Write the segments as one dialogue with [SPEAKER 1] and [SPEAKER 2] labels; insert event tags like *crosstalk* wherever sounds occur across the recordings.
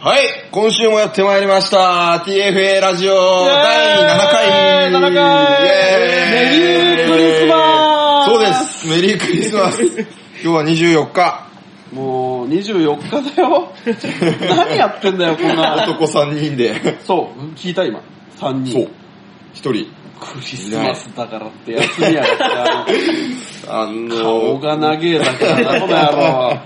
[SPEAKER 1] はい、今週もやってまいりました。TFA ラジオ第7回。
[SPEAKER 2] 7回
[SPEAKER 1] イエーイ
[SPEAKER 2] メリークリスマス
[SPEAKER 1] そうです、メリークリスマス。今日は24日、
[SPEAKER 2] もう24日だ
[SPEAKER 1] *laughs*
[SPEAKER 2] よ。何やってんだよ、こんな。
[SPEAKER 1] 男3人で、
[SPEAKER 2] そう、聞いた今。3人。
[SPEAKER 1] そう、1人。
[SPEAKER 2] クリスマスだからって休みやがって。あ
[SPEAKER 1] あの
[SPEAKER 2] の顔が長えだからな、この野
[SPEAKER 1] *laughs*
[SPEAKER 2] 郎。っ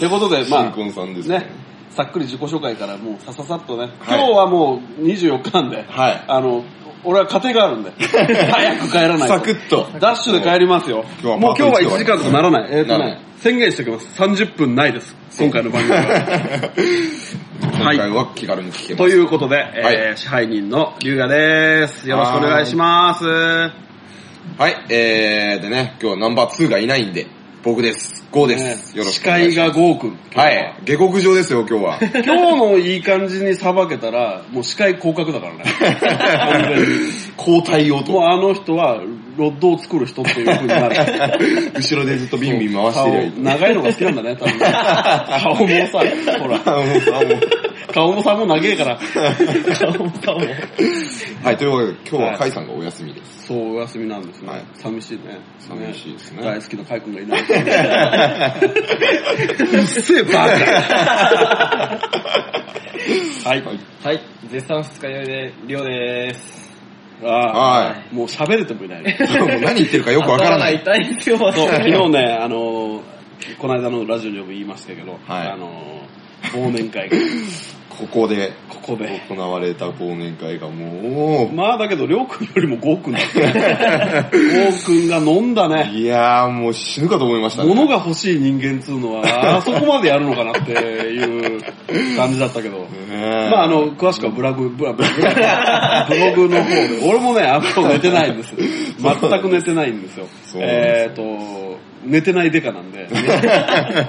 [SPEAKER 2] てことで、ま
[SPEAKER 1] 新
[SPEAKER 2] あ、
[SPEAKER 1] 婚さんですね
[SPEAKER 2] ね、さっくり自己紹介からもうさささっとね、
[SPEAKER 1] はい
[SPEAKER 2] 今日はもう24日なんで、
[SPEAKER 1] はい
[SPEAKER 2] あの、俺は家庭がある
[SPEAKER 1] *laughs*
[SPEAKER 2] んで、早く帰らないと。
[SPEAKER 1] サクッと
[SPEAKER 2] ダッシュで帰りますよ。
[SPEAKER 1] 今日は
[SPEAKER 3] もう今日は1時間とかならない。えっ、と
[SPEAKER 1] ならな
[SPEAKER 3] ね
[SPEAKER 1] い、
[SPEAKER 3] 宣言しておきます。30分ないです。今回の番組は。
[SPEAKER 1] 今回は気軽に聞けま
[SPEAKER 3] と
[SPEAKER 1] す。
[SPEAKER 3] いうことで、えー
[SPEAKER 1] はい
[SPEAKER 3] 支配人の龍河です。よろしくお願いします。
[SPEAKER 1] はい、えー、でね、今日はナンバー2がいないんで、僕です。5です。
[SPEAKER 3] ね
[SPEAKER 1] よろし
[SPEAKER 3] 司
[SPEAKER 1] くお願い
[SPEAKER 3] 会
[SPEAKER 1] しま
[SPEAKER 3] が
[SPEAKER 1] す。
[SPEAKER 3] ゴー君。
[SPEAKER 1] はい、下克上ですよ、今日は。
[SPEAKER 3] 今日のいい感じにさばけたら、もう司会降格
[SPEAKER 1] *laughs*
[SPEAKER 3] だからね。完全に
[SPEAKER 1] 交代用
[SPEAKER 3] もう
[SPEAKER 1] と。
[SPEAKER 3] あの人は、ロッドを作る人っていう風になる。
[SPEAKER 1] 後ろでずっとビンビン回してりゃいい。
[SPEAKER 3] 顔長いのが好きなんだね、多分ね。顔もさ、ほら。
[SPEAKER 1] あもうあもう
[SPEAKER 3] 顔もさも長
[SPEAKER 1] *laughs*
[SPEAKER 3] えから。顔もさも。
[SPEAKER 1] はい、というわけで、今日はカイさんがお休みです。
[SPEAKER 3] そう、お休みなんですね。
[SPEAKER 1] はい
[SPEAKER 3] 寂しいね。
[SPEAKER 1] 寂しいですね
[SPEAKER 3] 大好きなカイ君がいない。
[SPEAKER 4] *laughs*
[SPEAKER 3] うっせえバカはい。
[SPEAKER 1] はい
[SPEAKER 4] はい、絶賛二日酔いで、りょうでーす。
[SPEAKER 3] あ
[SPEAKER 1] は
[SPEAKER 3] あ、もう喋れてもい
[SPEAKER 4] *laughs*
[SPEAKER 3] ないね。
[SPEAKER 1] い。 *laughs* もう何言ってるかよくわからな
[SPEAKER 4] 頭
[SPEAKER 1] い。
[SPEAKER 4] 痛いんですよ、ま
[SPEAKER 3] そう、昨
[SPEAKER 4] た。
[SPEAKER 3] 日ね、あのー、この間のラジオでも言いましたけど、
[SPEAKER 1] はい
[SPEAKER 3] あのー、忘年会が
[SPEAKER 1] ここで
[SPEAKER 3] ここで。
[SPEAKER 1] 行われた忘年会がもう、
[SPEAKER 3] まあだけど、りょうくんよりもゴーくんだっ
[SPEAKER 4] *laughs*
[SPEAKER 3] たね。ゴーくんが飲んだね。
[SPEAKER 1] いやーもう死ぬかと思いましたね。
[SPEAKER 3] 物が欲しい人間っつうのは、
[SPEAKER 1] *laughs*
[SPEAKER 3] あそこまでやるのかなっていう感じだったけど。
[SPEAKER 1] ねえ
[SPEAKER 3] まああの、詳しくはブラグ、ブラブラブラブログの方で、俺もね、あんま寝てないんです。全く寝てないんですよ。
[SPEAKER 1] そうなん
[SPEAKER 3] え
[SPEAKER 1] で
[SPEAKER 3] っ、と、寝てないデカな
[SPEAKER 1] *laughs*
[SPEAKER 3] んで、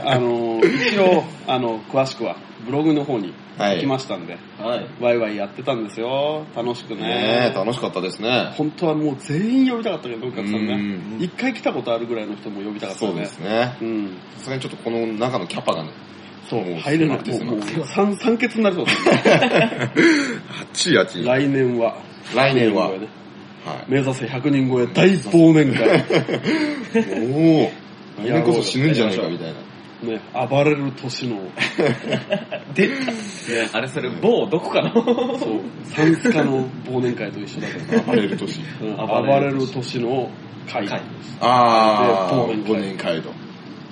[SPEAKER 3] あの、一応、あの、詳しくはブログの方に
[SPEAKER 1] はい
[SPEAKER 3] 行きましたんで、
[SPEAKER 4] はい。
[SPEAKER 3] ワイワイやってたんですよ。楽しく
[SPEAKER 1] ね
[SPEAKER 3] ね
[SPEAKER 1] え。楽しかったですね。
[SPEAKER 3] 本当はもう全員呼びたかったけど、お客さん
[SPEAKER 1] う
[SPEAKER 3] ね
[SPEAKER 1] ん。
[SPEAKER 3] 一回来たことあるぐらいの人も呼びたかった
[SPEAKER 1] そうですね。
[SPEAKER 3] うん。
[SPEAKER 1] さすがにちょっとこの中のキャパがね、
[SPEAKER 3] そう
[SPEAKER 1] も、う
[SPEAKER 3] 入れなく
[SPEAKER 1] そう
[SPEAKER 3] て、
[SPEAKER 1] なん
[SPEAKER 3] もう
[SPEAKER 1] です
[SPEAKER 3] 酸酸欠になりそうですね。
[SPEAKER 1] あっちいあっちい。来
[SPEAKER 3] 来年は。
[SPEAKER 1] 年は、
[SPEAKER 3] ね
[SPEAKER 1] は
[SPEAKER 3] 目指せ100人超え大忘年 *laughs* 会。
[SPEAKER 1] *laughs* い。もう、来年こそ死ぬんじゃないかみたいな。
[SPEAKER 3] ね、暴れる年の、
[SPEAKER 4] で、あれそれ、某どこかな
[SPEAKER 3] そう、三スカの忘年会と一緒だけど、
[SPEAKER 1] 暴れる年。
[SPEAKER 3] うん
[SPEAKER 4] 暴
[SPEAKER 3] 暴
[SPEAKER 4] れ
[SPEAKER 3] れ
[SPEAKER 4] る
[SPEAKER 3] る年の会。
[SPEAKER 4] 会
[SPEAKER 1] ああ、
[SPEAKER 3] で忘
[SPEAKER 1] 忘
[SPEAKER 3] 年
[SPEAKER 1] 年会と。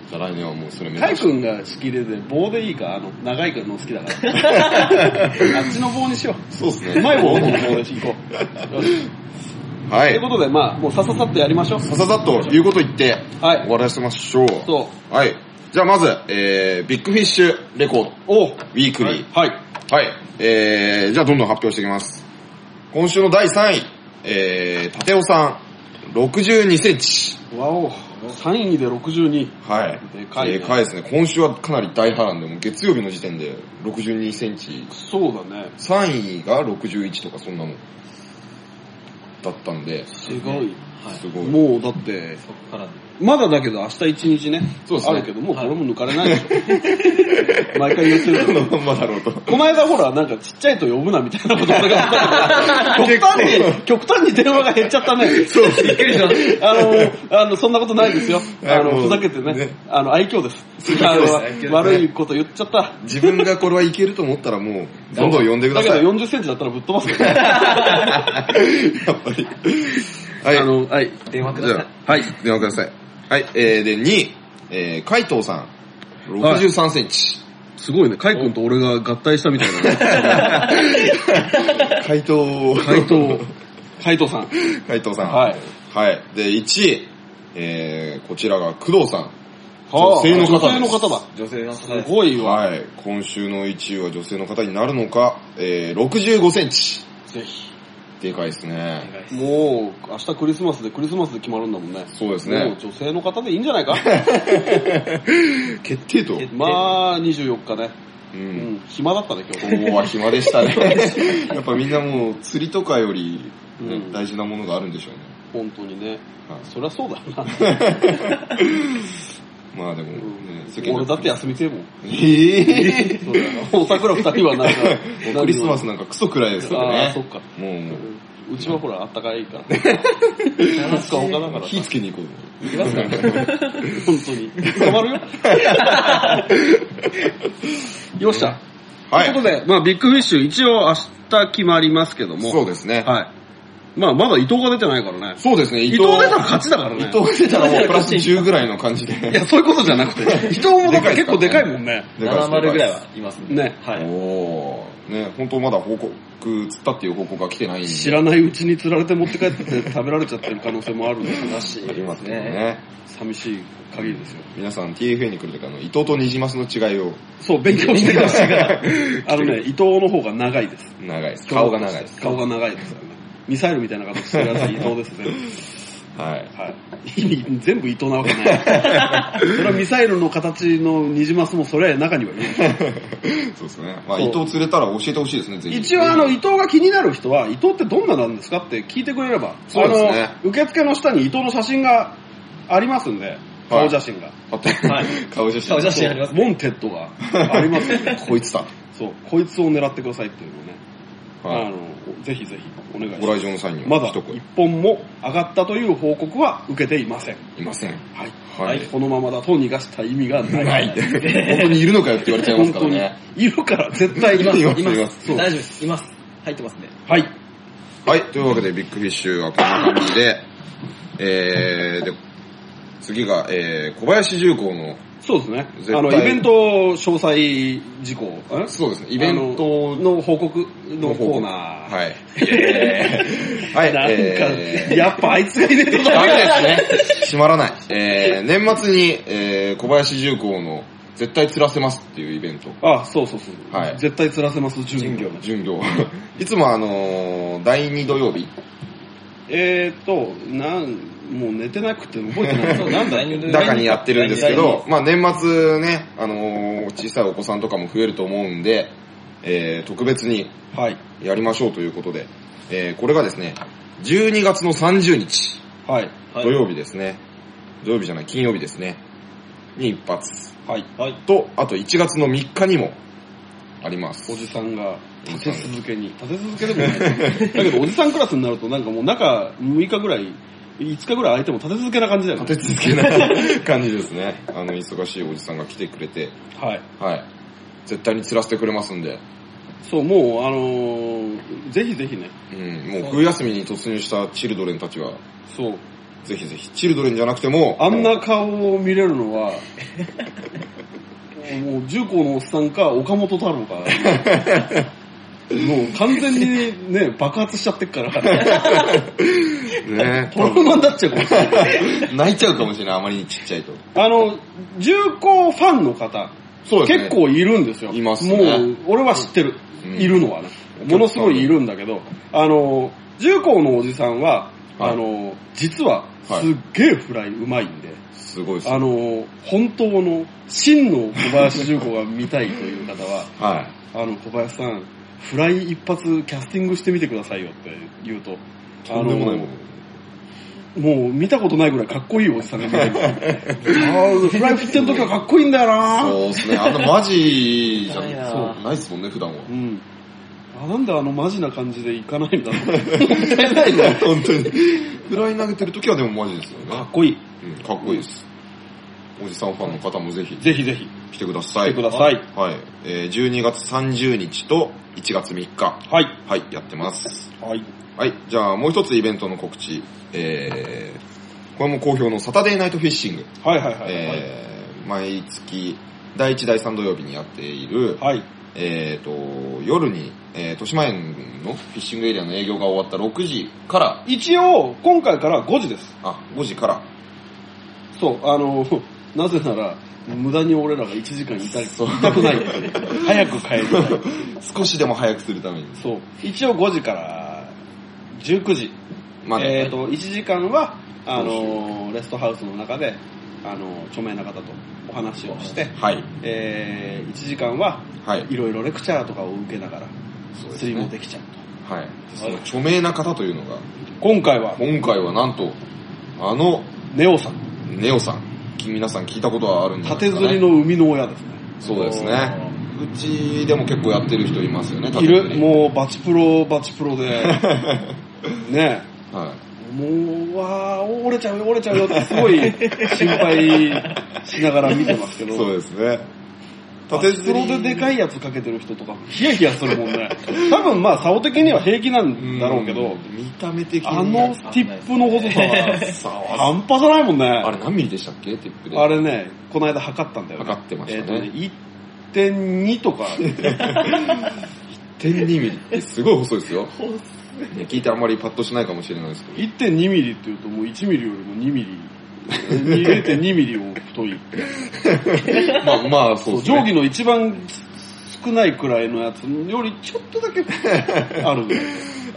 [SPEAKER 1] じゃあ来年はもうそれ目
[SPEAKER 3] カイ
[SPEAKER 1] 指して。
[SPEAKER 3] 君が仕切れで棒でいいか、あの、長いの好きだから。 *laughs* あっちの棒にしよ
[SPEAKER 1] そうですね。
[SPEAKER 3] う。うまい棒の棒で行こう。よし。
[SPEAKER 1] は
[SPEAKER 3] という
[SPEAKER 1] い。
[SPEAKER 3] ことで、まあ、もうさささっとやりましょう。
[SPEAKER 1] さささっと言うこと言って、
[SPEAKER 3] はい
[SPEAKER 1] 終わらせましょう。。
[SPEAKER 3] そう
[SPEAKER 1] はい。じゃあまず、えー、ビッグフィッシュレコード、
[SPEAKER 3] おう
[SPEAKER 1] ウィークリー。
[SPEAKER 3] はい。
[SPEAKER 1] はい。えー、じゃあどんどん発表していきます。今週の第3位、えー、立尾さん、62センチ。
[SPEAKER 3] わお、3位で62。
[SPEAKER 1] はい。
[SPEAKER 3] でかい
[SPEAKER 1] で
[SPEAKER 3] ね
[SPEAKER 1] かいですね。今週はかなり大波乱で、もう月曜日の時点で62センチ。
[SPEAKER 3] そうだね。
[SPEAKER 1] 3位が61とかそんなもん。だったんで、
[SPEAKER 3] すごい。
[SPEAKER 1] すごい。
[SPEAKER 3] もうだって、
[SPEAKER 4] そっから。
[SPEAKER 3] まだだけど明日一日ね、
[SPEAKER 1] そうですね
[SPEAKER 3] あるけど、もうこれも抜かれないでしょ。 *laughs* 毎回言ってるけ
[SPEAKER 1] この
[SPEAKER 3] ど。
[SPEAKER 1] まんまだろうと。
[SPEAKER 3] この間ほら、なんかちっちゃいと呼ぶなみたいなこと俺が言ったけど極端に、極端に電話が減っちゃったね。そう、びっくりした。あの、あの、そんなことないですよ。
[SPEAKER 1] はい
[SPEAKER 3] あの、
[SPEAKER 1] もう
[SPEAKER 3] ふざけてね
[SPEAKER 1] ね。
[SPEAKER 3] あの、愛嬌です。あ
[SPEAKER 1] 嬌です愛嬌です
[SPEAKER 3] の、悪いこと言っちゃった。
[SPEAKER 1] 自分がこれはいけると思ったらもう、どんどん呼んでくだ
[SPEAKER 3] だけ
[SPEAKER 1] さ
[SPEAKER 3] ど
[SPEAKER 1] い。や
[SPEAKER 3] 40センチだったらぶっ飛ばすけどね。
[SPEAKER 1] っぱり。はい。
[SPEAKER 3] あの、はい。
[SPEAKER 4] 電話くだ
[SPEAKER 1] じ
[SPEAKER 4] さ
[SPEAKER 1] ゃ
[SPEAKER 4] い。
[SPEAKER 1] あ、はい、電話ください。はい、えー、で、2位、えー、海藤さん、63センチ。
[SPEAKER 3] すごいね。カイ君と俺が合体したみたいな *laughs* ね。
[SPEAKER 1] 海藤、
[SPEAKER 3] 海藤、海藤さん。
[SPEAKER 1] 海藤さん。
[SPEAKER 3] はい。
[SPEAKER 1] はい。で、1位、えー、こちらが工藤さん。
[SPEAKER 3] 女
[SPEAKER 1] 女性の方です
[SPEAKER 3] 女性の方だ。
[SPEAKER 4] 女性の方
[SPEAKER 3] す
[SPEAKER 4] です。
[SPEAKER 3] ごいわ。
[SPEAKER 1] はい。今週の1位は女性の方になるのか、えー、65センチ。
[SPEAKER 3] ぜひ。
[SPEAKER 1] でかいですね。
[SPEAKER 3] もう、明日クリスマスでクリスマスで決まるんだもんね。
[SPEAKER 1] そうです
[SPEAKER 3] もう
[SPEAKER 1] ね。
[SPEAKER 3] 女性の方でいいんじ
[SPEAKER 1] *laughs*
[SPEAKER 3] ゃないか
[SPEAKER 1] 決定と。
[SPEAKER 4] 決
[SPEAKER 3] まあ、24日ね。
[SPEAKER 1] う。
[SPEAKER 3] うんん、暇だったね、今日。
[SPEAKER 1] 今後は暇 *laughs* でしたね。やっぱみんなもう釣りとかより、ね
[SPEAKER 3] うん
[SPEAKER 1] 大事なものがあるんでしょうね。
[SPEAKER 3] 本当にね。
[SPEAKER 1] はい
[SPEAKER 3] そりゃそうだよな。
[SPEAKER 1] まあでも、ね、世間
[SPEAKER 3] 俺だ
[SPEAKER 1] の
[SPEAKER 3] って休みてえもん。
[SPEAKER 1] え
[SPEAKER 3] そうだよな。大桜二人はなん
[SPEAKER 1] *laughs*
[SPEAKER 3] か
[SPEAKER 1] ぇ、もうクリスマスなんかクソ暗いですから
[SPEAKER 3] ああ、
[SPEAKER 1] ね
[SPEAKER 3] そ。っか。
[SPEAKER 1] もう、もう
[SPEAKER 3] うちはほら、あったかいから。夏か他だから。
[SPEAKER 1] 火つけに行こう。
[SPEAKER 4] 行きますか
[SPEAKER 3] 本当に。捕ま
[SPEAKER 1] *laughs*
[SPEAKER 3] るよ。よっしゃ。
[SPEAKER 1] は
[SPEAKER 3] というこ
[SPEAKER 1] い。
[SPEAKER 3] とで、まあ、ビッグフィッシュ、一応明日決まりますけども。
[SPEAKER 1] そうですね。
[SPEAKER 3] はい。まあ、まだ伊藤が出てないからね。
[SPEAKER 1] そうですね、
[SPEAKER 3] 伊藤出たら勝ちだからね。
[SPEAKER 1] 伊藤が出たら
[SPEAKER 3] *laughs*
[SPEAKER 1] もうプラス10ぐらいの感じで。
[SPEAKER 3] いや、そういうことじゃなくて。 *laughs* 伊藤もだって結構でかいもんね。
[SPEAKER 1] でかいです
[SPEAKER 4] 70ぐらい。はいますね。
[SPEAKER 3] ね。
[SPEAKER 4] は
[SPEAKER 1] でかいです
[SPEAKER 4] い。
[SPEAKER 1] おー。ね、本当まだ報告、つったっていう報告が来てないんで。
[SPEAKER 3] 知らないうちに釣られて持って帰って食べられちゃってる可能性もあるんですだし、
[SPEAKER 1] ありますね
[SPEAKER 3] 寂しい限りですよ。
[SPEAKER 1] 皆さん TFA に来るときあの、伊藤とニジマスの違いを、
[SPEAKER 3] そう、勉強してください *laughs* から。あのね、伊藤の方が長いです。
[SPEAKER 1] 長いです。顔が長いです。
[SPEAKER 3] 顔が長いですよね。ミサイルみたいな形してるやつ伊藤ですね。
[SPEAKER 1] はい。
[SPEAKER 3] はい。 *laughs* 全部伊藤なわけ *laughs* ない。それはミサイルの形のニジマスもそれは中にはいる。
[SPEAKER 1] そうですね。まあ、
[SPEAKER 3] そう
[SPEAKER 1] 伊藤釣れたら教えてほしいですね、ぜひ。
[SPEAKER 3] 一応あの伊藤が気になる人は、伊藤ってどんななんですかって聞いてくれれば、
[SPEAKER 1] そうですね
[SPEAKER 3] あの、受付の下に伊藤の写真がありますんで、顔写真が。
[SPEAKER 1] あった
[SPEAKER 4] はい
[SPEAKER 1] 顔写真。
[SPEAKER 4] 顔写真あります
[SPEAKER 3] モンテッドがありますんで、
[SPEAKER 1] *laughs* こいつだ。
[SPEAKER 3] そう、こいつを狙ってくださいっていうのをね、
[SPEAKER 1] は
[SPEAKER 3] あ
[SPEAKER 1] い。
[SPEAKER 3] の、ぜひぜひお願いし
[SPEAKER 1] ご
[SPEAKER 3] ま
[SPEAKER 1] 来
[SPEAKER 3] す。
[SPEAKER 1] 場の際に
[SPEAKER 3] ま
[SPEAKER 1] は
[SPEAKER 3] だ
[SPEAKER 1] 一声
[SPEAKER 3] 一本も上がったという報告は受けていません。
[SPEAKER 1] いませ
[SPEAKER 3] *laughs*
[SPEAKER 1] ん。
[SPEAKER 3] はい。
[SPEAKER 1] はい。
[SPEAKER 3] このままだと逃がした意味がない。
[SPEAKER 1] ない。本当にいるのかよって言われちゃいます
[SPEAKER 3] 本
[SPEAKER 1] か
[SPEAKER 3] 当
[SPEAKER 1] ら
[SPEAKER 3] に
[SPEAKER 1] ね。。
[SPEAKER 3] いるから絶対います。
[SPEAKER 1] います
[SPEAKER 3] いま。
[SPEAKER 1] います
[SPEAKER 3] そう
[SPEAKER 4] 大丈夫です。います。入ってますね。
[SPEAKER 3] はい。
[SPEAKER 1] はい。というわけで、ビッグフィッシュはこんな感じで、 *laughs* えー、で、次が、えー、小林重工の、
[SPEAKER 3] そうですね
[SPEAKER 1] 絶。対
[SPEAKER 3] あの、イベント詳細事項、え
[SPEAKER 1] そうですね、イベント
[SPEAKER 3] あのの報告の
[SPEAKER 1] の報
[SPEAKER 3] コー
[SPEAKER 1] 告。
[SPEAKER 3] ナー。
[SPEAKER 1] はい。えー、はい、
[SPEAKER 3] なんか、 *laughs*
[SPEAKER 1] えー
[SPEAKER 3] やっぱあいつがいねえとダ
[SPEAKER 1] ダ
[SPEAKER 3] メ
[SPEAKER 1] メ
[SPEAKER 3] だ
[SPEAKER 1] ですね。閉まらない。えー、年末に、えー、小林重工の絶対釣らせますっていうイベント。
[SPEAKER 3] *laughs* あ、そうそうそう。
[SPEAKER 1] はい
[SPEAKER 3] 絶対釣らせます、準業。
[SPEAKER 1] 巡業。 *laughs* いつもあのー、第2土曜日。
[SPEAKER 3] えーと、なん、もう寝てなくて覚えて *laughs* ない。
[SPEAKER 4] そうなんだ、中
[SPEAKER 1] 中にやってるんですけど、まあ年末ね、あのー、小さいお子さんとかも増えると思うんで、えー、特別に
[SPEAKER 3] はい。
[SPEAKER 1] やりましょうということで、えー、これがですね、12月の30日、
[SPEAKER 3] はい。
[SPEAKER 4] はい
[SPEAKER 1] 土曜日ですね。土曜日じゃない、金曜日ですね。に一発。
[SPEAKER 3] はい。
[SPEAKER 4] はい。
[SPEAKER 1] と、あと1月の3日にもあります。
[SPEAKER 3] おじさんが立て続けに。立て続けでもない。だけどおじさんクラスになるとなんかもう中6日ぐらい、5日ぐらい空いても立て続けな感じだよね。
[SPEAKER 1] 立て続けな感じですね。あの、忙しいおじさんが来てくれて、
[SPEAKER 3] はい。
[SPEAKER 1] はい。絶対に釣らせてくれますんで、
[SPEAKER 3] そう、もう、あのー、ぜひぜひね、
[SPEAKER 1] うん、もう冬休みに突入したチルドレンたちは、
[SPEAKER 3] そう、
[SPEAKER 1] ぜひぜひ、チルドレンじゃなくても、
[SPEAKER 3] あんな顔を見れる
[SPEAKER 1] *laughs*
[SPEAKER 3] のは、もう、重工のおっさんか、岡本太郎か、もう完全にね、爆発しちゃってっから、
[SPEAKER 1] ね、
[SPEAKER 3] トラウマになっちゃうかもしれない。
[SPEAKER 1] 泣いちゃうかもしれない、あまりにちっちゃいと。
[SPEAKER 3] あの、重工ファンの方、
[SPEAKER 1] そうですね。
[SPEAKER 3] 結構いるんですよ。
[SPEAKER 1] いますね
[SPEAKER 3] もう、俺は知ってる。
[SPEAKER 1] うん
[SPEAKER 3] いるのはね。ものすごいいるんだけど、あの、重工のおじさんは、
[SPEAKER 1] はい
[SPEAKER 3] あの、実は、すっ
[SPEAKER 1] はい
[SPEAKER 3] げえフライうまいんで、
[SPEAKER 1] すごいです。
[SPEAKER 3] あの、本当の、真の小林重工が見たいという方
[SPEAKER 1] *laughs*
[SPEAKER 3] は、
[SPEAKER 1] は
[SPEAKER 3] あの、小林さん、フライ一発キャスティングしてみてくださいよって言うと、
[SPEAKER 1] い。
[SPEAKER 3] あ
[SPEAKER 1] とんでもないも
[SPEAKER 3] の
[SPEAKER 1] ん。、
[SPEAKER 3] もう見たことないぐらいかっこいいおじさんが見たい。あ
[SPEAKER 1] *laughs*
[SPEAKER 3] ーフライ振ってる時はかっこいいんだよな
[SPEAKER 1] そうですね。あんなマジじゃ
[SPEAKER 4] ないな
[SPEAKER 1] そうないですもんね、普段は。
[SPEAKER 3] うん。あ、なんであのマジな感じでいかないんだ
[SPEAKER 1] *laughs*
[SPEAKER 3] ろう。
[SPEAKER 1] 本当に。フライ投げてる時はでもマジですよね。
[SPEAKER 3] かっこいい。
[SPEAKER 1] うん、かっこいいです。おじさんファンの方もぜひ
[SPEAKER 3] ぜひぜひ、
[SPEAKER 1] 来てくだ
[SPEAKER 3] 来
[SPEAKER 1] さ
[SPEAKER 3] て
[SPEAKER 1] い。
[SPEAKER 3] ください。
[SPEAKER 1] はい。えー、12月30日と1月3日。
[SPEAKER 3] はい。
[SPEAKER 1] はい、やってます。
[SPEAKER 3] はい。
[SPEAKER 1] はい、じゃあもう一つイベントの告知。えー、これも好評のサタデーナイトフィッシング。
[SPEAKER 3] はいはいはい。
[SPEAKER 1] えー、毎月第1、第3土曜日にやっている、
[SPEAKER 3] はい。
[SPEAKER 1] えーと、夜に、えー、豊島園のフィッシングエリアの営業が終わった6時から、
[SPEAKER 3] 一応、今回から5時です。
[SPEAKER 1] あ、5時から、
[SPEAKER 3] そう、あの、 *laughs* なぜなら、無駄に俺らが1時間いたり、いたくない。
[SPEAKER 1] *laughs*
[SPEAKER 3] 早く帰りたい。
[SPEAKER 1] 少しでも早くするために、
[SPEAKER 3] そう。一応5時から19時。
[SPEAKER 1] まで、
[SPEAKER 3] えっ、と、1時間は、あの、レストハウスの中で、あの、著名な方とお話をして、
[SPEAKER 1] はい、
[SPEAKER 3] えー、1時間は、
[SPEAKER 1] はい、
[SPEAKER 3] いろいろレクチャーとかを受けながら、
[SPEAKER 1] そうですね
[SPEAKER 3] 釣りもできちゃう
[SPEAKER 1] はい。その著名な方というのが、
[SPEAKER 3] 今回は、
[SPEAKER 1] 今回はなんと、あの、
[SPEAKER 3] ネオさん。
[SPEAKER 1] ネオさん。皆さん聞いたことはあるんじゃないで
[SPEAKER 3] 縦
[SPEAKER 1] すか、
[SPEAKER 3] 釣
[SPEAKER 1] ね。
[SPEAKER 3] りの生みの親ですね。
[SPEAKER 1] そうですね。うちでも結構やってる人いますよね、
[SPEAKER 3] い
[SPEAKER 1] 縦釣
[SPEAKER 3] る、
[SPEAKER 1] り
[SPEAKER 3] もうバチプロ、バチプロ
[SPEAKER 1] *laughs*
[SPEAKER 3] で、ね
[SPEAKER 1] は
[SPEAKER 3] もう、わー、折れちゃうよ、折れちゃうよってすごい心配しながら見てますけ
[SPEAKER 1] い。
[SPEAKER 3] ど、
[SPEAKER 1] そうですね。
[SPEAKER 3] 縦プロででかいやつかけてる人とか、ヒヤヒヤするもんね。多分まあ、竿的には平気なんだろうけど、
[SPEAKER 1] ん見た目的に。
[SPEAKER 3] あのティップの細さは、
[SPEAKER 1] さ
[SPEAKER 3] 半端じゃないもんね。
[SPEAKER 1] あ、あ
[SPEAKER 3] あれ
[SPEAKER 1] れ何ミリでしたっけティップで。
[SPEAKER 3] ね、この間測ったんだよね。
[SPEAKER 1] 測ってました
[SPEAKER 3] えっ、
[SPEAKER 1] ね。
[SPEAKER 3] とね、1.2とか、
[SPEAKER 1] *laughs* 1.2ミリってすごい細いですよ。ね聞いてあんまりパッとしないかもしれないですけど。
[SPEAKER 3] 1.2ミリっていうともう1ミリよりも2ミリ、0.2ミリを太い。
[SPEAKER 1] まあまあ、そうです
[SPEAKER 3] 定
[SPEAKER 1] ね。
[SPEAKER 3] 規の一番少ないくらいのやつよりちょっとだけあるんで。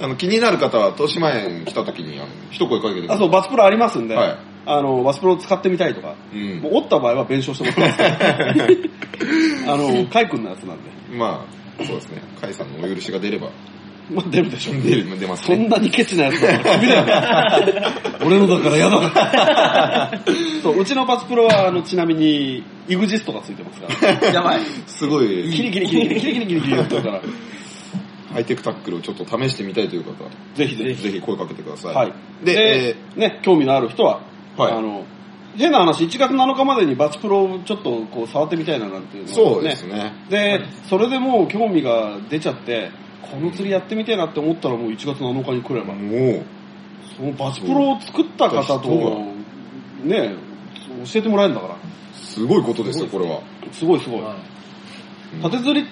[SPEAKER 1] あの、気になる方は、豊島園来た時に、あの、一声かけてくだ
[SPEAKER 3] あ、
[SPEAKER 1] さ
[SPEAKER 3] そう、バスプロありますんで、
[SPEAKER 1] はい
[SPEAKER 3] あの、バスプロ使ってみたいとか、
[SPEAKER 1] い。う
[SPEAKER 3] もう折った場合は弁償してもらいます。あの、カイ君のやつなんで。
[SPEAKER 1] ん。まあ、そうですね。甲斐さんのお許しが出れば、
[SPEAKER 3] まあ、出るでしょうね。
[SPEAKER 1] 出る、出ます
[SPEAKER 3] そん
[SPEAKER 1] ね。
[SPEAKER 3] なにケチなやつだったら君だよ。俺のだから嫌だ。そう、うちのバスプロは、あの、ちなみに、イグジストがついてますから。
[SPEAKER 2] やばい。
[SPEAKER 1] すごい、
[SPEAKER 3] キリキリキリキリキリキリキリキリやってるから、
[SPEAKER 1] ハイテクタックルをちょっと試してみたいという方、
[SPEAKER 3] ぜひぜひ。
[SPEAKER 1] ぜひ声かけてください。
[SPEAKER 3] はい。
[SPEAKER 1] で
[SPEAKER 3] で、、ね、興味のある人は、
[SPEAKER 1] はい
[SPEAKER 3] あの、変な話、1月7日までにバチプロをちょっとこう触ってみたいななんていう
[SPEAKER 1] え
[SPEAKER 3] の
[SPEAKER 1] ー
[SPEAKER 3] を
[SPEAKER 1] そうですね。
[SPEAKER 3] で、それでもう興味が出ちゃって、この釣りやってみたいなって思ったらもう1月7日に来れば、
[SPEAKER 1] もう、
[SPEAKER 3] そのバチプロを作った方と
[SPEAKER 1] そう、
[SPEAKER 3] ね、教えてもらえるんだから。
[SPEAKER 1] すごいことですよ、これは。
[SPEAKER 3] すごいすごい。縦釣り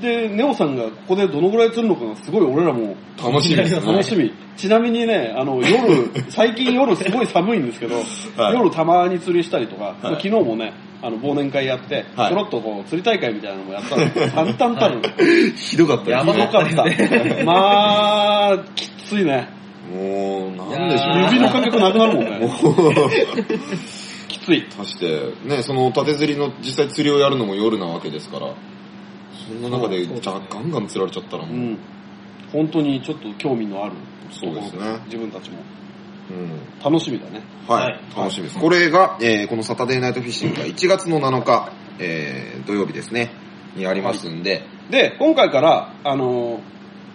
[SPEAKER 3] で、ネオさんがここでどのぐらい釣るのかがすごい俺らも
[SPEAKER 1] 楽しみですね。
[SPEAKER 3] 楽しみ。ちなみにね、あの、夜、最近夜すごい寒いんですけど、
[SPEAKER 1] はい
[SPEAKER 3] 夜たまに釣りしたりとか、
[SPEAKER 1] い
[SPEAKER 3] 昨日もね、あの、忘年会やって、
[SPEAKER 1] はい
[SPEAKER 3] ちょろっとこう、釣り大会みたいなのもやったんで
[SPEAKER 1] *laughs*
[SPEAKER 3] すけど、簡単たる。
[SPEAKER 1] ひどかった
[SPEAKER 4] や
[SPEAKER 1] です
[SPEAKER 4] ば
[SPEAKER 3] よ
[SPEAKER 1] ね。
[SPEAKER 3] かった。まあ、きついね。
[SPEAKER 1] もう、なんでしょうね。
[SPEAKER 3] 指の感覚なくなるもんね。
[SPEAKER 1] *laughs*
[SPEAKER 3] きつい。
[SPEAKER 1] 足して、ね、その縦釣りの実際釣りをやるのも夜なわけですから、そんな中で、
[SPEAKER 4] そう
[SPEAKER 1] じゃあガンガン釣られちゃったら
[SPEAKER 3] う
[SPEAKER 1] もう、
[SPEAKER 3] ん。本当にちょっと興味のあると
[SPEAKER 1] そ
[SPEAKER 3] こ
[SPEAKER 1] う
[SPEAKER 3] ろ
[SPEAKER 1] で
[SPEAKER 3] です
[SPEAKER 1] ね。
[SPEAKER 3] 自分たちも。
[SPEAKER 1] うん。
[SPEAKER 3] 楽しみだね。
[SPEAKER 1] は
[SPEAKER 4] はいい、
[SPEAKER 1] 楽しみです。これが、えーこのサタデーナイトフィッシングが1月の7日、えー土曜日ですね、にありますんで、
[SPEAKER 3] で、今回から、あの、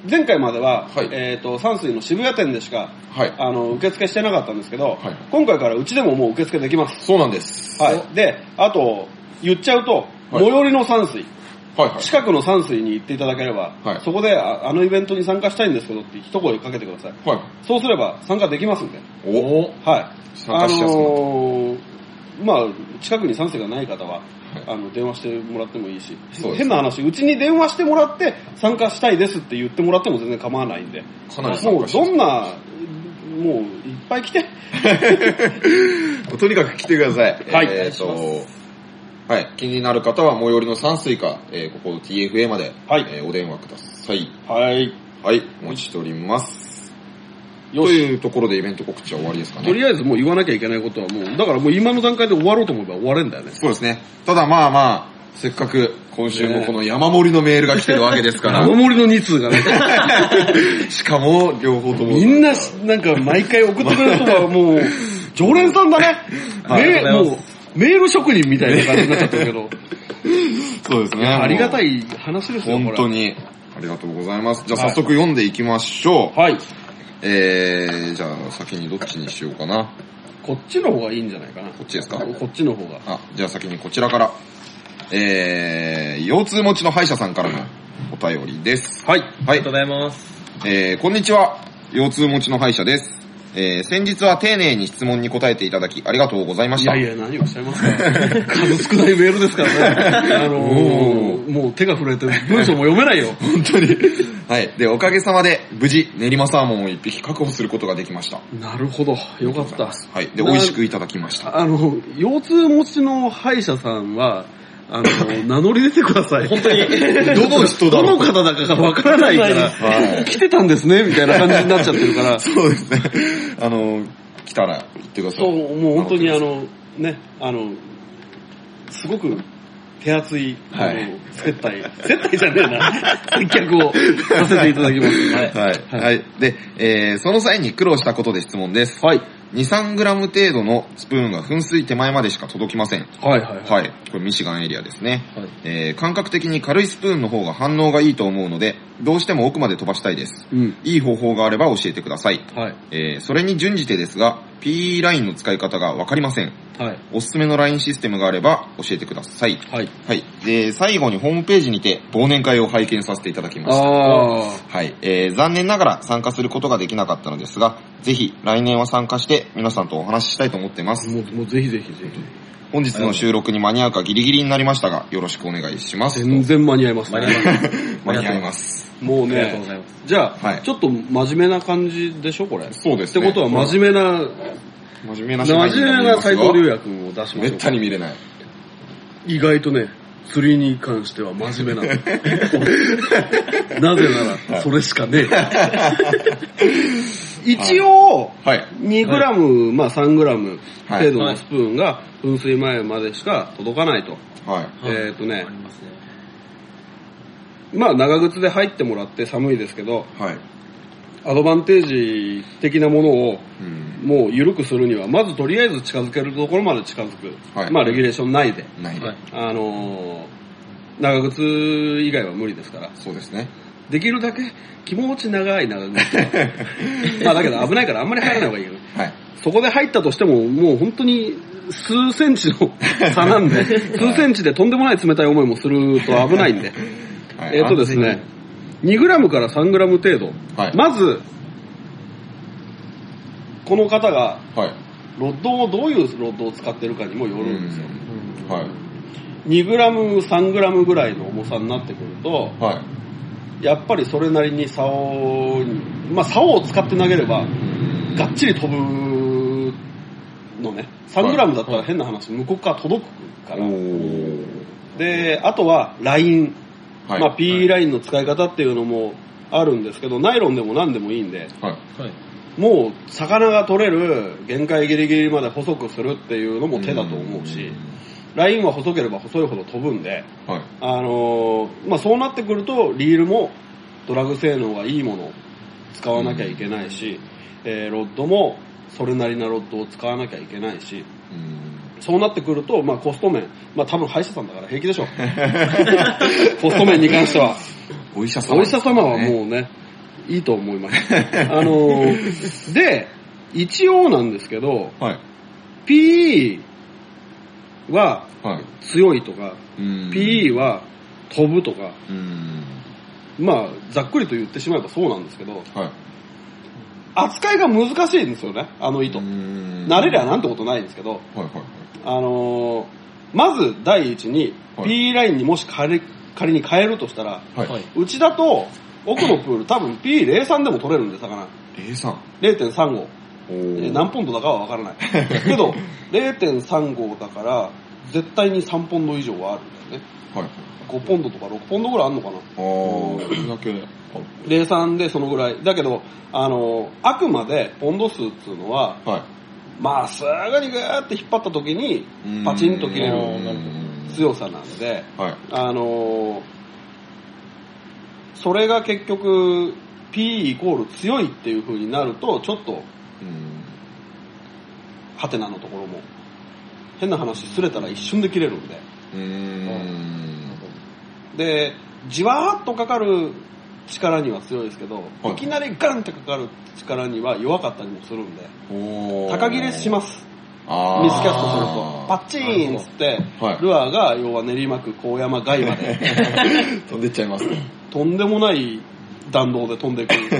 [SPEAKER 3] 前回までは、
[SPEAKER 1] はい
[SPEAKER 3] えっ、と、山水の渋谷店でしか、
[SPEAKER 1] はい。
[SPEAKER 3] あの、受付してなかったんですけど、
[SPEAKER 1] はい
[SPEAKER 3] 今回からうちでももう受付できます。
[SPEAKER 1] そうなんです。
[SPEAKER 3] はい。で、あと、言っちゃうと、
[SPEAKER 1] はい
[SPEAKER 3] 最寄りの山水、
[SPEAKER 1] はいはい。
[SPEAKER 3] 近くの山水に行っていただければ、
[SPEAKER 1] はい
[SPEAKER 3] そこでああのイベントに参加したいんですけどって一声かけてください。
[SPEAKER 1] はい。
[SPEAKER 3] そうすれば参加できますんで、
[SPEAKER 1] おお
[SPEAKER 3] はい。
[SPEAKER 1] 参加しやすくなった
[SPEAKER 3] あのーまあ、近くに山水がない方は、あの、電話してもらってもいいし、
[SPEAKER 1] そうですね
[SPEAKER 3] 変な話、うちに電話してもらって参加したいですって言ってもらっても全然構わないんで、
[SPEAKER 1] かなり参
[SPEAKER 3] も
[SPEAKER 1] 加
[SPEAKER 3] う
[SPEAKER 1] しや
[SPEAKER 3] ど
[SPEAKER 1] す
[SPEAKER 3] んな、もういっぱい来て、
[SPEAKER 1] くとにかく来てください。
[SPEAKER 3] はい
[SPEAKER 1] えー、と、はい、気になる方は最寄りの山水か、えーここ TFA まで、
[SPEAKER 3] はい
[SPEAKER 1] えーお電話ください。
[SPEAKER 3] はい。
[SPEAKER 1] はい、お待ちしております。
[SPEAKER 3] よ
[SPEAKER 1] と
[SPEAKER 3] し。
[SPEAKER 1] いうところでイベント告知は終わりですかね。
[SPEAKER 3] とりあえずもう言わなきゃいけないことはもう、だからもう今の段階で終わろうと思えば終われんだよね。
[SPEAKER 1] そうですね。ただまあまあ、せっかく今週もこの山盛りのメールが来てるわけですから、
[SPEAKER 3] *laughs* 守りの2通
[SPEAKER 1] *laughs*
[SPEAKER 3] がね、
[SPEAKER 1] しかも両方とも。
[SPEAKER 3] みんなし、なんか毎回送ってくれる人がもう、常連さんだね。
[SPEAKER 1] はい
[SPEAKER 3] ね
[SPEAKER 1] ありがとうござ
[SPEAKER 3] もう、メール職人みたいな感じになっちゃってるけ
[SPEAKER 1] *laughs*
[SPEAKER 3] ど、
[SPEAKER 1] そうですね。
[SPEAKER 3] ありがた
[SPEAKER 1] い。
[SPEAKER 3] い話ですよ、
[SPEAKER 1] 本当
[SPEAKER 3] に。
[SPEAKER 1] に。ありがとうございます。じゃあ早速読んでいきましょう。
[SPEAKER 3] はい。
[SPEAKER 1] えー、じゃあ先にどっちにしようかな。
[SPEAKER 3] こっちの方がいいんじゃないかな。こ
[SPEAKER 1] っちですか
[SPEAKER 3] こっちの方が。
[SPEAKER 1] あ、じゃあ先にこちらから。えー、腰痛持ちの歯医者さんからのお便りです。
[SPEAKER 3] はい。
[SPEAKER 1] は
[SPEAKER 4] ありがとう。
[SPEAKER 1] い
[SPEAKER 4] ございます。
[SPEAKER 1] えーこんにちは。腰痛持ちの歯医者です。えー、先日は丁寧に質問に答えていただきありがとうございまし
[SPEAKER 3] い
[SPEAKER 1] た。
[SPEAKER 3] やいや、何をおっしゃいますか。
[SPEAKER 1] *laughs*
[SPEAKER 3] 数少ないメールですからね。あの
[SPEAKER 1] お
[SPEAKER 3] もう手が震えて文章も読めないよ。
[SPEAKER 1] 本当に。はい。で、おかげさまで、無事、練馬サーモンを一匹確保することができました。
[SPEAKER 3] *laughs* なるほど。よかった。
[SPEAKER 1] はい。で、
[SPEAKER 3] な
[SPEAKER 1] 美味しくいただきました。
[SPEAKER 3] あの、腰痛持ちの歯医者さんは、あ *laughs* の、名乗り出てください。本当に。どの人だどの方だかがわからないから、
[SPEAKER 1] はい。
[SPEAKER 3] 来てたんですね、みたいな感じになっちゃってる *laughs* から、
[SPEAKER 1] そうですね。 *laughs* あの、来たら言ってください。
[SPEAKER 3] そう、もう本当にあの、ね、あの、すごく手厚い、
[SPEAKER 1] はい
[SPEAKER 3] あの接待、接待じゃねえな、接客をさせていただきます。はい。
[SPEAKER 1] はい。はい。で、えー、その際に苦労したことで質問です。はい。2、3グラム程度のスプーンが噴水手前までしか届きません。
[SPEAKER 3] はいはいは
[SPEAKER 1] は
[SPEAKER 3] い。
[SPEAKER 1] い。これミシガンエリアですね。
[SPEAKER 3] はい
[SPEAKER 1] えー、感覚的に軽いスプーンの方が反応がいいと思うので、どうしても奥まで飛ばしたいです。
[SPEAKER 3] うん。
[SPEAKER 1] いい方法があれば教えてください。
[SPEAKER 3] はい。
[SPEAKER 1] えー、それに準じてですが、P ラインの使い方がわかりません。
[SPEAKER 3] はい。
[SPEAKER 1] おすすめのラインシステムがあれば教えてください。
[SPEAKER 3] はい。
[SPEAKER 1] はい。で、最後にホームページにて忘年会を拝見させていただきました。
[SPEAKER 3] あ
[SPEAKER 1] はい。えー、残念ながら参加することができなかったのですが、ぜひ来年は参加して皆さんとお話ししたいと思っていま
[SPEAKER 3] あ。
[SPEAKER 1] す。
[SPEAKER 3] もう、もうぜひぜひぜひ。
[SPEAKER 1] 本日の収録に間に合うかギリギリになりましたが、よろしくお願いします。
[SPEAKER 3] 全然間に合います
[SPEAKER 4] 間に合います
[SPEAKER 1] 間に合います。
[SPEAKER 3] もう
[SPEAKER 4] ありがとうご
[SPEAKER 3] ね、
[SPEAKER 4] ざいます。
[SPEAKER 3] じゃあ、
[SPEAKER 1] はい
[SPEAKER 3] ちょっと真面目な感じでしょ、これ。っ
[SPEAKER 1] そうです
[SPEAKER 3] て
[SPEAKER 1] ね。
[SPEAKER 3] ことは真面目な、
[SPEAKER 1] 目。真面目な
[SPEAKER 3] 真
[SPEAKER 1] 芝居に
[SPEAKER 3] 面目
[SPEAKER 1] り
[SPEAKER 3] な
[SPEAKER 1] ます
[SPEAKER 3] 斎
[SPEAKER 1] よ
[SPEAKER 3] 藤龍也君を出しま
[SPEAKER 1] め
[SPEAKER 3] しょ
[SPEAKER 1] っ
[SPEAKER 3] う
[SPEAKER 1] た
[SPEAKER 3] か。
[SPEAKER 1] に見れない。
[SPEAKER 3] 意外とね、釣りに関しては真面目な
[SPEAKER 1] *laughs*
[SPEAKER 3] のなぜなら、それしかねえ。一応、
[SPEAKER 1] はい。
[SPEAKER 3] 2グラム、まあ3グラム
[SPEAKER 1] はい
[SPEAKER 3] 程度のスプーンが噴水前までしか届かないと。
[SPEAKER 1] は
[SPEAKER 4] は
[SPEAKER 1] い。
[SPEAKER 4] い
[SPEAKER 3] えっとね
[SPEAKER 4] ありますね。
[SPEAKER 3] まあ長靴で入ってもらって寒いですけど、
[SPEAKER 1] はい。
[SPEAKER 3] アドバンテージ的なものを
[SPEAKER 1] うん。
[SPEAKER 3] もう緩くするには、まずとりあえず近づけるところまで近づく。
[SPEAKER 1] はい
[SPEAKER 3] まあレギュレーション内で。
[SPEAKER 1] ないで。
[SPEAKER 4] はい
[SPEAKER 3] あのー長靴以外は無理ですから。
[SPEAKER 1] そうですね。
[SPEAKER 3] できるだけ気持ち長い
[SPEAKER 1] *laughs*
[SPEAKER 3] 長靴。まあだけど危ないからあんまり入らない方がいいよね。
[SPEAKER 1] はい。
[SPEAKER 3] そこで入ったとしても、もう本当に数センチの差な
[SPEAKER 1] *laughs*
[SPEAKER 3] んで、数センチでとんでもない冷たい思いもすると危ないんで。
[SPEAKER 1] はい
[SPEAKER 3] えっとですね、2グラムから3グラム程度。
[SPEAKER 1] はい
[SPEAKER 3] まず、この方が、
[SPEAKER 1] はい。
[SPEAKER 3] ロッドをどういうロッドを使ってるかにもよるんですよ。
[SPEAKER 1] うんはい。
[SPEAKER 3] 2グラム、3グラムぐらいの重さになってくると、
[SPEAKER 1] はい。
[SPEAKER 3] やっぱりそれなりに竿に、まあ竿を使って投げれば、がっちり飛ぶのね。3グラムだったら変な話、向こうから届くか
[SPEAKER 1] お
[SPEAKER 3] ら。
[SPEAKER 1] ー。
[SPEAKER 3] で、あとはライン。
[SPEAKER 1] はい。
[SPEAKER 3] まあ P ラインの使い方っていうのもあるんですけど、ナイロンでも何でもいいんで、
[SPEAKER 1] はい。
[SPEAKER 4] はい。
[SPEAKER 3] もう魚が取れる限界ギリギリまで細くするっていうのも手だと思うし、ラインは細ければ細いほど飛ぶんで、
[SPEAKER 1] うん。はい。
[SPEAKER 3] あのーまあ、そうなってくると、リールもドラグ性能がいいものを使わなきゃいけないし、えーロッドもそれなりなロッドを使わなきゃいけないし、
[SPEAKER 1] うん。
[SPEAKER 3] そうなってくると、まあ、コスト面、まあ、多分歯医者さんだから平気 *laughs* でしょ。コスト面に関しては。
[SPEAKER 1] お医者様。
[SPEAKER 3] お医者様はもうね、いいと思います。あのーで、一応なんですけど、
[SPEAKER 1] はい。
[SPEAKER 3] PE は
[SPEAKER 1] はい。
[SPEAKER 3] 強いとか、
[SPEAKER 1] うん。
[SPEAKER 3] PE は飛ぶとか、
[SPEAKER 1] うん。
[SPEAKER 3] まあ、ざっくりと言ってしまえばそうなんですけど、
[SPEAKER 1] はい。
[SPEAKER 3] 扱いが難しいんですよね、あの糸。慣
[SPEAKER 1] 慣
[SPEAKER 3] れりゃなん
[SPEAKER 1] と
[SPEAKER 3] てことないんですけど、
[SPEAKER 1] はいはいはい。
[SPEAKER 3] あのーまず第一に、
[SPEAKER 1] はい
[SPEAKER 3] P ラインにもし仮に仮に変えるとしたら、
[SPEAKER 1] はい。
[SPEAKER 4] はい。
[SPEAKER 3] うちだと、奥のプール多分 P03 でも取れるんで、魚。
[SPEAKER 1] A さん。
[SPEAKER 3] 0.35。
[SPEAKER 1] お
[SPEAKER 3] え
[SPEAKER 1] ー
[SPEAKER 3] ー何ポンドだかはわからない。
[SPEAKER 1] *laughs*
[SPEAKER 3] けど、0.35だから、絶対に3ポンド以上はあるんだよね。
[SPEAKER 1] はい。
[SPEAKER 3] 5ポンドとか6ポンドぐらいあるのかな。
[SPEAKER 1] あー、それだけ。
[SPEAKER 3] 03でそのぐらい。だけど、あのーあくまでポンド数っていうのは、
[SPEAKER 1] は
[SPEAKER 3] まあ、すぐにぐーって引っ張った時に
[SPEAKER 1] い。うん
[SPEAKER 3] パチンと切れる
[SPEAKER 1] うん
[SPEAKER 3] 強さなので、
[SPEAKER 1] はい。
[SPEAKER 3] あのーそれが結局、P イコール強いっていう風になると、ちょっと、
[SPEAKER 1] うん
[SPEAKER 3] ハテナのところも、変な話、すれたら一瞬で切れるんで。
[SPEAKER 1] うーん。
[SPEAKER 3] で、じわーっとかかる力には強いですけど、
[SPEAKER 1] はい
[SPEAKER 3] いきなりガンってかかる力には弱かったりもするんで、
[SPEAKER 1] おー
[SPEAKER 3] 高切れします。
[SPEAKER 1] あー
[SPEAKER 3] ミスキャストすると。パッチーンっつって、
[SPEAKER 1] はい
[SPEAKER 3] ルアーが要は練馬区高山街まで、
[SPEAKER 1] *laughs* 飛んでっちゃいますね。
[SPEAKER 3] とんでもない弾道で飛んでいく。キー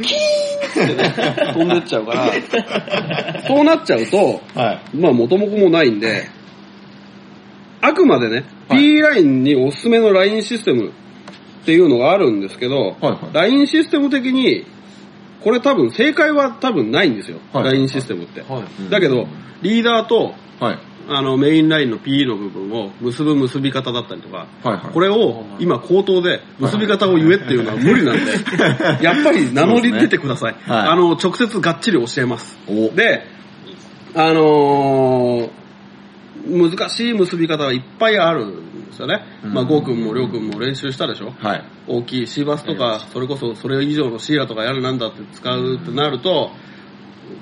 [SPEAKER 3] ンってね、飛んでっちゃうから、そうなっちゃうと、
[SPEAKER 1] はい。
[SPEAKER 3] まあ元も子もないんで、あくまでね、
[SPEAKER 1] はい
[SPEAKER 3] P ラインにおすすめのラインシステムっていうのがあるんですけど、
[SPEAKER 1] はいはい
[SPEAKER 3] ラインシステム的に、これ多分正解は多分ないんですよ。
[SPEAKER 1] はい
[SPEAKER 3] ラインシステムって。
[SPEAKER 4] はい。
[SPEAKER 3] だけ
[SPEAKER 1] う
[SPEAKER 3] ど
[SPEAKER 1] ん、
[SPEAKER 3] リーダーと
[SPEAKER 1] はい。
[SPEAKER 3] あのメインラインの P の部分を結ぶ結び方だったりとか、
[SPEAKER 1] はいはい。
[SPEAKER 3] これを今口頭で結び方を言えっていうのは無理なん
[SPEAKER 1] *laughs*
[SPEAKER 3] で、やっぱり名乗り出てください。
[SPEAKER 1] ねはい
[SPEAKER 3] あの、直接がっちり教えます。
[SPEAKER 1] お、
[SPEAKER 3] で、あのー難しい結び方がいっぱいあるんですよね。
[SPEAKER 1] うん
[SPEAKER 3] まあ、ゴー君もりょう君も練習したでしょ
[SPEAKER 1] はい。
[SPEAKER 3] 大きいシーバスとか、それこそそれ以上のシーラとかやるなんだって使うってなると、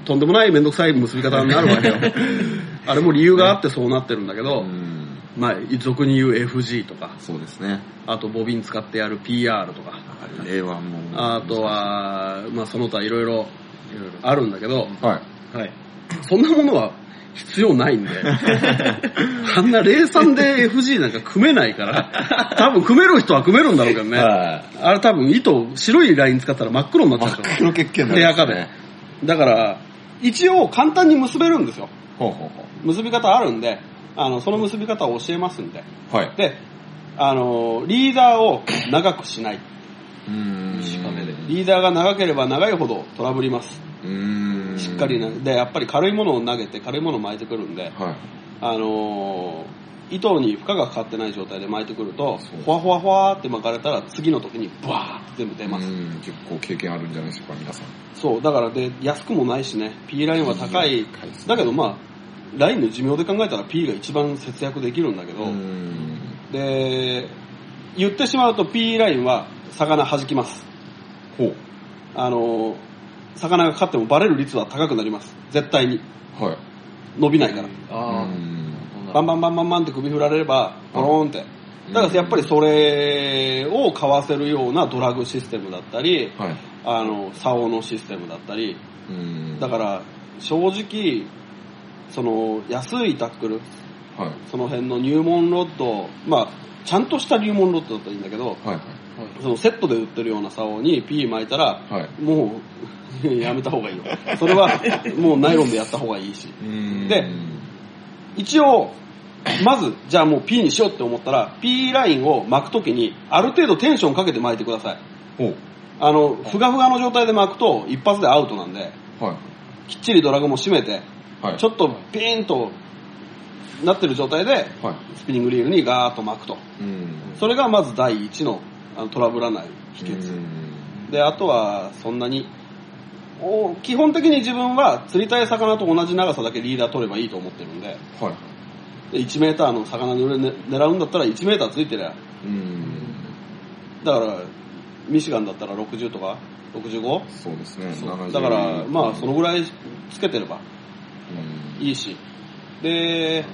[SPEAKER 3] とんでもないめんどくさい結び方になる
[SPEAKER 1] *laughs*
[SPEAKER 3] わけよ。あれも理由があってそうなってるんだけ
[SPEAKER 1] う
[SPEAKER 3] ど、
[SPEAKER 1] ん
[SPEAKER 3] まあ、俗に言う FG とか、
[SPEAKER 1] そうですね。
[SPEAKER 3] あとボビン使ってやる PR とか、
[SPEAKER 1] A はもう。
[SPEAKER 3] あとは、まあその他いろい
[SPEAKER 4] い
[SPEAKER 3] ろ
[SPEAKER 4] ろい
[SPEAKER 3] あるんだけど、
[SPEAKER 1] はい。
[SPEAKER 3] はい。そんなものは必要ない
[SPEAKER 1] *laughs*
[SPEAKER 3] んで。あんな03で FG なんか組めないから、多分組める人は組めるんだろうけどね。
[SPEAKER 1] は
[SPEAKER 3] あれ多分糸、白いライン使ったら真っ黒になっちゃうでし
[SPEAKER 1] 黒欠
[SPEAKER 3] ょ。
[SPEAKER 1] 見
[SPEAKER 3] 手垢で。。だから、一応簡単に結べるんですよ。
[SPEAKER 1] ほうほうほ
[SPEAKER 3] 結び方あるんで、あの、その結び方を教えますんで。
[SPEAKER 1] う。はい。
[SPEAKER 3] で、あの、リーダーを長くしない。
[SPEAKER 1] うん。
[SPEAKER 4] 短めで
[SPEAKER 3] リーダーが長ければ長いほどトラブります。
[SPEAKER 1] うん。
[SPEAKER 3] しっかりな、で、やっぱり軽いものを投げて軽いものを巻いてくるんで、
[SPEAKER 1] はい。
[SPEAKER 3] あのー糸に負荷がかかってない状態で巻いてくると
[SPEAKER 1] そう、
[SPEAKER 3] ほわほわほわって巻かれたら次の時にブワーって全部出ます。
[SPEAKER 1] うん。結構経験あるんじゃないですか、皆さん。
[SPEAKER 3] そう、だからで、安くもないしね、P ラインは高い。だけどまあ、ラインの寿命で考えたら P が一番節約できるんだけど、
[SPEAKER 1] うん。
[SPEAKER 3] で、言ってしまうと P ラインは魚弾きます。
[SPEAKER 1] ほう。
[SPEAKER 3] あのー魚がかかってもバレる率は高くなります。絶対に。
[SPEAKER 1] はい。
[SPEAKER 3] 伸びないから。
[SPEAKER 4] あ
[SPEAKER 1] う
[SPEAKER 4] ー
[SPEAKER 1] ん
[SPEAKER 3] バンバンバンバンバンって首振られれば、ポローンって。だからやっぱりそれを買わせるようなドラグシステムだったり、
[SPEAKER 1] はい。
[SPEAKER 3] あの、竿のシステムだったり、
[SPEAKER 1] うん
[SPEAKER 3] だから正直、その安いタックル、
[SPEAKER 1] ら、はい。
[SPEAKER 3] その辺の入門ロッド、まあ、ちゃんとした入門ロッドだったらいいんだけど、
[SPEAKER 1] はい。
[SPEAKER 3] そのセットで売ってるような竿に P 巻いたら、
[SPEAKER 1] はい。
[SPEAKER 3] もう *laughs* やめた方がいいよ。それはもうナイロンでやった方がいいし。
[SPEAKER 1] うん
[SPEAKER 3] で一応、まず、じゃあもう P にしようって思ったら、P ラインを巻くときに、ある程度テンションかけて巻いてください。
[SPEAKER 1] ほ
[SPEAKER 3] あの、ふがふがの状態で巻くと、一発でアウトなんで、
[SPEAKER 1] う。はい。
[SPEAKER 3] きっちりドラグも締めて、
[SPEAKER 1] はい。
[SPEAKER 3] ちょっとピーンとなってる状態で、
[SPEAKER 1] はい。
[SPEAKER 3] スピニングリールにガーッと巻くと。
[SPEAKER 1] うん。
[SPEAKER 3] それがまず第一のあのトラブらない秘訣。で、あとは、そんなに、お基本的に自分は釣りたい魚と同じ長さだけリーダー取ればいいと思ってるんで、
[SPEAKER 1] はい。
[SPEAKER 3] で1メーターの魚の上ね狙うんだったら1メーターついてりゃ
[SPEAKER 1] うん。
[SPEAKER 3] だからミシガンだったら60とか 65?
[SPEAKER 1] そうですね。70
[SPEAKER 3] だからまあそのぐらいつけてれば
[SPEAKER 1] うん
[SPEAKER 3] いいしで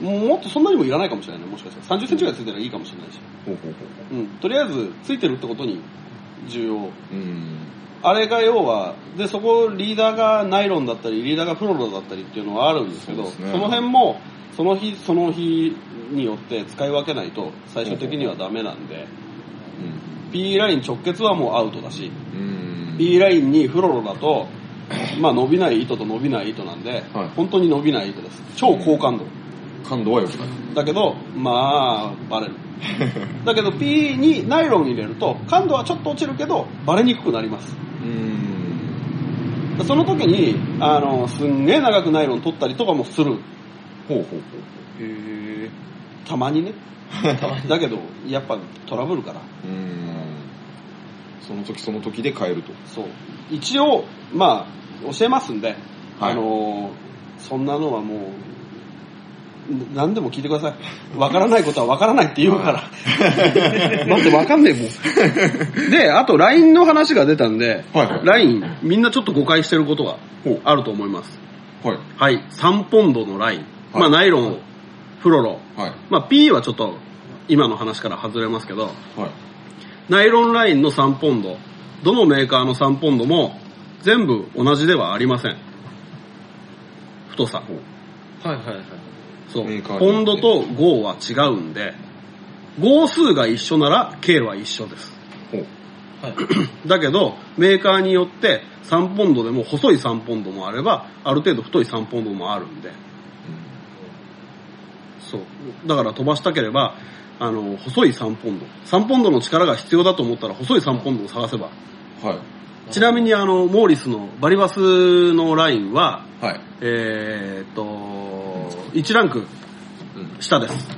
[SPEAKER 3] もっとそんなにもいらないかもしれないねもしかしたら3 0ンチぐらいついてればいいかもしれないし、
[SPEAKER 1] ほうほうほ
[SPEAKER 3] うん、とりあえずついてるってことに重要
[SPEAKER 1] う。うん。
[SPEAKER 3] あれが要はでそこリーダーがナイロンだったりリーダーがフロロだったりっていうのはあるんですけど
[SPEAKER 1] そうですね
[SPEAKER 3] その辺もその日その日によって使い分けないと最終的にはダメなんで、P ライン直結はもうアウトだし、
[SPEAKER 1] うん。
[SPEAKER 3] P ラインにフロロだと、まあ伸びない糸と伸びない糸なんで、
[SPEAKER 1] はい
[SPEAKER 3] 本当に伸びない糸です。超高感度。
[SPEAKER 1] 感度は良くない。
[SPEAKER 3] だけど、まあ、バレる。だけど P にナイロン入れると、感度はちょっと落ちるけど、バレにくくなります。
[SPEAKER 1] うん。
[SPEAKER 3] その時に、あの、すんげえ長くナイロン取ったりとかもする。
[SPEAKER 1] ほうほうほう。
[SPEAKER 4] へ
[SPEAKER 3] たまにね。だけど、やっぱトラブルから。
[SPEAKER 1] うん。その時その時で変えると。
[SPEAKER 3] そう。一応、まあ、教えますんで、
[SPEAKER 1] はい
[SPEAKER 3] あのーそんなのはもう、ん何でも聞いてください。わからないことはわからないって言うから。待って、わかんねえもん。で、あと LINE の話が出たんで、
[SPEAKER 1] はいはい
[SPEAKER 3] LINE、みんなちょっと誤解してることが
[SPEAKER 1] ほう
[SPEAKER 3] あると思います。
[SPEAKER 1] はい。
[SPEAKER 3] はい、3ポンドの LINE。
[SPEAKER 1] はい
[SPEAKER 3] まあ、ナイロン、フロロ。
[SPEAKER 1] はい。
[SPEAKER 3] まあ、P はちょっと、今の話から外れますけど、
[SPEAKER 1] はい。
[SPEAKER 3] ナイロンラインの3ポンド、どのメーカーの3ポンドも全部同じではありません。太さ。
[SPEAKER 4] ーはいはいはい。
[SPEAKER 3] そう。
[SPEAKER 1] メーカーによ
[SPEAKER 3] ポ
[SPEAKER 1] って
[SPEAKER 3] ンドと号は違うんで、号数が一緒なら K は一緒です。
[SPEAKER 1] ほう。
[SPEAKER 4] はい、
[SPEAKER 3] だけど、メーカーによって3ポンドでも細い3ポンドもあれば、ある程度太い3ポンドもあるんで、そう。だから飛ばしたければ、あの、細い3ポンド。3ポンドの力が必要だと思ったら細い3ポンドを探せば
[SPEAKER 1] はい。
[SPEAKER 3] ちなみにあの、モーリスのバリバスのラインは、
[SPEAKER 1] はい。
[SPEAKER 3] えー、っと、1ランク
[SPEAKER 1] うん。
[SPEAKER 3] 下です。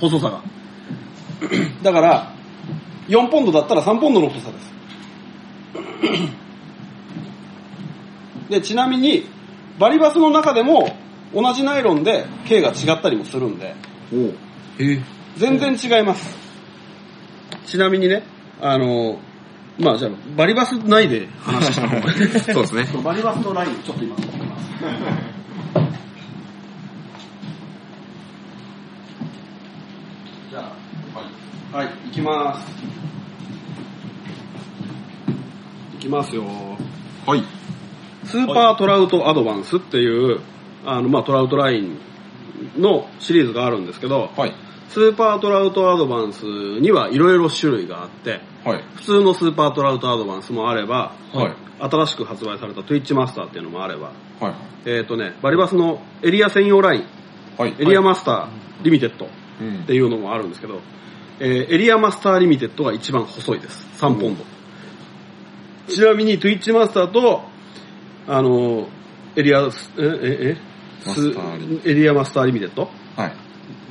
[SPEAKER 3] 細さが。 *clears throat* だから、4ポンドだったら3ポンドの太さです。 *clears throat* で、ちなみに、バリバスの中でも、同じナイロンで径が違ったりもするんで、
[SPEAKER 1] お
[SPEAKER 2] え
[SPEAKER 3] 全然違います。ちなみにね、あの、まあじゃあ、バリバスないで話した方がい
[SPEAKER 1] *laughs*
[SPEAKER 3] い。
[SPEAKER 1] そうですね。
[SPEAKER 3] バリバスとラインちょっと今持ってます。じゃあ、はい。はい、行きます。 *laughs* 行きますよ。
[SPEAKER 1] はい。
[SPEAKER 3] スーパートラウトアドバンスっていう、あの、まあ、トラウトラインのシリーズがあるんですけど、
[SPEAKER 1] はい。
[SPEAKER 3] スーパートラウトアドバンスにはいろいろ種類があって、
[SPEAKER 1] はい。
[SPEAKER 3] 普通のスーパートラウトアドバンスもあれば、
[SPEAKER 1] はい。
[SPEAKER 3] 新しく発売された Twitch マスターっていうのもあれば、
[SPEAKER 1] はい。
[SPEAKER 3] えっ、とね、バリバスのエリア専用ライン、
[SPEAKER 1] はい。
[SPEAKER 3] エリアマスターリミテッドっ
[SPEAKER 1] うん
[SPEAKER 3] て。いうのもあるんですけど、えーエリアマスターリミテッドが一番細いです。3ポンド。ちなみに Twitch マスターと、あのーエリアス、え、え、え、ス
[SPEAKER 1] マスターリミ
[SPEAKER 3] エリアマスターリミテッド
[SPEAKER 1] はい。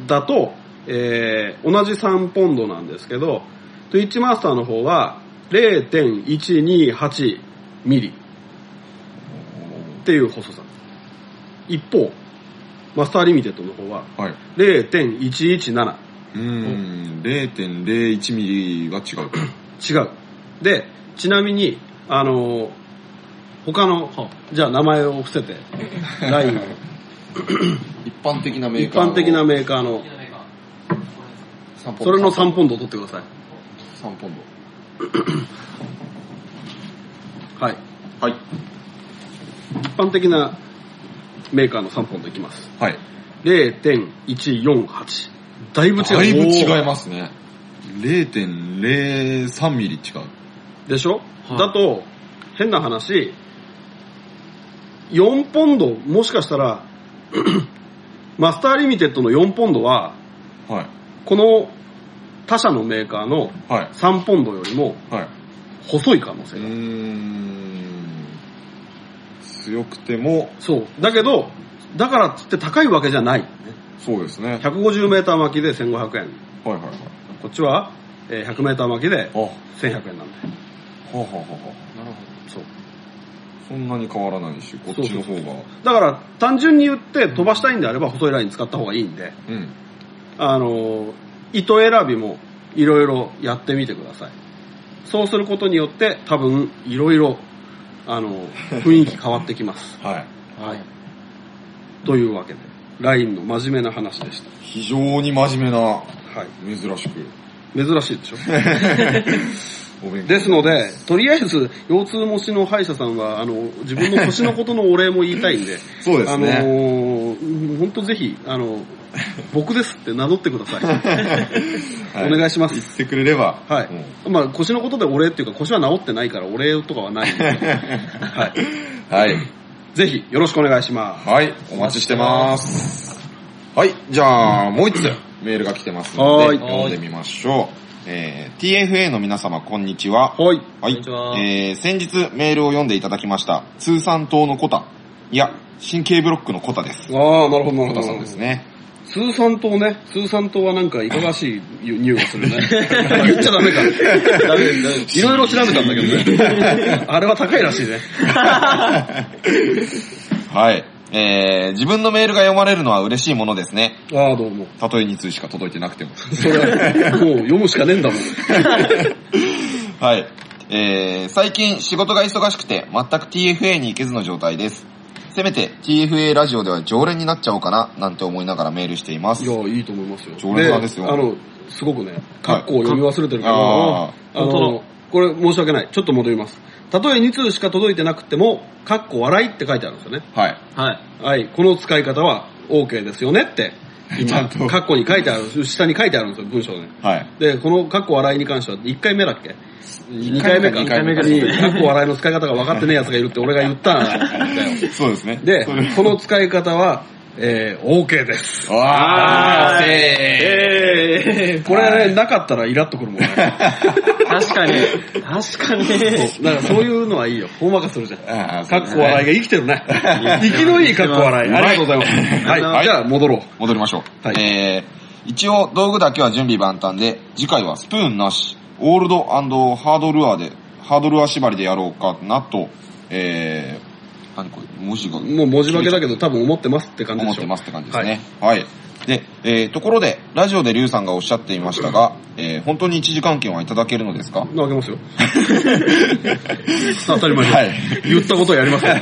[SPEAKER 3] だと、えー同じ3ポンドなんですけど、Twitch マスターの方は0.128ミリっていう細さ。一方、マスターリミテッドの方は
[SPEAKER 1] はい。
[SPEAKER 3] 0.117。
[SPEAKER 1] うーん。0.01ミリは違う。
[SPEAKER 3] 違う。で、ちなみに、あのー他の、じゃあ名前を伏せて、ラインを、
[SPEAKER 1] 一般的なメ
[SPEAKER 3] 一
[SPEAKER 1] ーカー。
[SPEAKER 3] 般的な。メーカーの、それの3ポンドを取ってください。
[SPEAKER 1] 3ポン
[SPEAKER 3] はい。
[SPEAKER 1] ド。はい。
[SPEAKER 3] 一般的なメーカーの3ポンドいきます。
[SPEAKER 1] はい。
[SPEAKER 3] 0.148。だいぶ違う。
[SPEAKER 1] だいぶ違いますね。0.03ミリ違う。
[SPEAKER 3] でしょ、
[SPEAKER 2] はい
[SPEAKER 3] だと、変な話、4ポンド、もしかしたら、 *clears throat* マスターリミテッドの4ポンドは、
[SPEAKER 1] はい。
[SPEAKER 3] この他社のメーカーの
[SPEAKER 1] はい。
[SPEAKER 3] 3ポンドよりも
[SPEAKER 1] はい。
[SPEAKER 3] 細い可能
[SPEAKER 1] う
[SPEAKER 3] 性がある。
[SPEAKER 1] ーん。強くても、
[SPEAKER 3] そう。だけど、だからっつって高いわけじゃない。
[SPEAKER 1] そうですね。
[SPEAKER 3] 150メーター巻きで1500円。
[SPEAKER 1] はいはいはい。
[SPEAKER 3] こっちは、えー100メーター巻きで
[SPEAKER 1] あ、は
[SPEAKER 3] 1100円なんで。
[SPEAKER 1] あ、はあはあは
[SPEAKER 3] そう。
[SPEAKER 1] あ、そんなに変わらないし、こっちの方が。
[SPEAKER 3] だから単純に言って飛ばしたいんであれば細いライン使った方がいいんで、
[SPEAKER 1] うん。
[SPEAKER 3] あの、糸選びもいろいろやってみてください。そうすることによって多分いろいろ、あの、
[SPEAKER 1] *laughs*
[SPEAKER 3] 雰囲気変わってきます。
[SPEAKER 1] はい。
[SPEAKER 3] はい。というわけで、ラインの真面目な話でし
[SPEAKER 1] 非常に真面目な、
[SPEAKER 3] た。はい。
[SPEAKER 1] 珍し *laughs* く。
[SPEAKER 3] 珍しいでしょ
[SPEAKER 1] お勉強
[SPEAKER 3] ですので、とりあえず、腰痛持ちの歯医者さんは、あの、自分の腰のことのお礼も言いたいんで、
[SPEAKER 1] *laughs* そうですね。
[SPEAKER 3] あのー、本当ぜひ、あの、僕ですって名乗ってく
[SPEAKER 1] *laughs*
[SPEAKER 3] ださい。お願いします
[SPEAKER 1] 言ってくれれば。
[SPEAKER 3] は
[SPEAKER 1] うん *laughs*
[SPEAKER 3] い。まあ、腰のことでお礼っていうか、腰は治ってないからお礼とかはないんで、はい。
[SPEAKER 1] はい。
[SPEAKER 3] ぜひ、よろしくお願いします。
[SPEAKER 1] はい。お待ちしてます。はい。じゃあ、もう一つメールが来てます
[SPEAKER 3] は
[SPEAKER 1] の
[SPEAKER 3] ー
[SPEAKER 1] で、
[SPEAKER 3] い
[SPEAKER 1] 読んでみましょう。えー、TFA の皆様、こんにちは。
[SPEAKER 3] は
[SPEAKER 1] は
[SPEAKER 3] い。
[SPEAKER 1] い。
[SPEAKER 4] こんにちは
[SPEAKER 1] えー、先日メールを読んでいただきました、通産党のコタ。いや、神経ブロックのコタです。
[SPEAKER 3] ああ、なるほど、な
[SPEAKER 1] コ
[SPEAKER 3] る
[SPEAKER 1] タ
[SPEAKER 3] ほ
[SPEAKER 1] さ
[SPEAKER 3] ど
[SPEAKER 1] ん。ですね。
[SPEAKER 3] 通産党ね。通産党はなんか、いかがしい匂いがするね。 *laughs* 言っちゃダメか。ダメです、ダメです。いろいろ調べたんだけど *laughs* ね。あれは高いらしいね。
[SPEAKER 1] はい。えー、自分のメールが読まれるのは嬉しいものですね。
[SPEAKER 3] ああ、どうも。
[SPEAKER 1] たとえ2通しか届いてなくても。
[SPEAKER 3] それ、もう読むしかねえんだもん。
[SPEAKER 1] はい。えー、最近仕事が忙しくて全く TFA に行けずの状態です。せめて TFA ラジオでは常連になっちゃおうかななんて思いながらメールしています。
[SPEAKER 3] いや、いいと思いますよ。
[SPEAKER 1] 常連さんですよ
[SPEAKER 3] あの、すごくね、カッコを読み忘れてるけど、
[SPEAKER 1] あ
[SPEAKER 3] あの、これ申し訳ない。ちょっと戻ります。たとえ2通しか届いてなくても、カッコ笑いって書いてあるんですよね。
[SPEAKER 1] はい。
[SPEAKER 2] はい。
[SPEAKER 3] はい、この使い方は OK ですよねって、
[SPEAKER 1] ちゃ
[SPEAKER 3] 今、
[SPEAKER 1] んと
[SPEAKER 3] カッコに書いてある、下に書いてあるんですよ、文章で。 *laughs*
[SPEAKER 1] はい。
[SPEAKER 3] で、このカッコ笑いに関しては、1回目だっけ2回目か。
[SPEAKER 1] 二回目か
[SPEAKER 3] に、カッコ笑いの使い方が分かってねえ奴がいるって俺が言ったんだよ。
[SPEAKER 1] そうですね。
[SPEAKER 3] で
[SPEAKER 1] それ、
[SPEAKER 3] この使い方は、えー、OK です。
[SPEAKER 1] わー、せ
[SPEAKER 2] え
[SPEAKER 3] これね、なかったらイラっと
[SPEAKER 1] *laughs*
[SPEAKER 3] くるもんね。
[SPEAKER 2] ー、確かに。確かに。
[SPEAKER 3] そうだからそういうのはいいよ。ほんまかするじゃん。
[SPEAKER 1] ー。あー
[SPEAKER 3] か
[SPEAKER 1] そう
[SPEAKER 3] っ
[SPEAKER 1] です
[SPEAKER 3] こ
[SPEAKER 1] ね
[SPEAKER 3] 笑いが生きてるね。生きのいいかっこ笑い。
[SPEAKER 1] うま
[SPEAKER 3] あ
[SPEAKER 1] い
[SPEAKER 3] りがとうございます。はい。
[SPEAKER 1] はい
[SPEAKER 3] じゃあ戻ろう。
[SPEAKER 1] 戻りましょう。
[SPEAKER 3] はい
[SPEAKER 1] えー、一応道具だけは準備万端で、次回はスプーンなし、オールドハードルアーで、ハードルアー縛りでやろうかなと、えー、何これ文字が
[SPEAKER 3] もう文字化けだけど多分思ってますって感じ
[SPEAKER 1] 思っ
[SPEAKER 3] でしてょ。
[SPEAKER 1] ますって感じですね。はい。で、えー、ところで、ラジオでリュウさんがおっしゃっていましたが、えー、本当に一時間券はいただけるのですか
[SPEAKER 3] あげますよ。 *laughs* 当たり前です。
[SPEAKER 1] はい
[SPEAKER 3] 言ったことはやりませ *laughs* ん。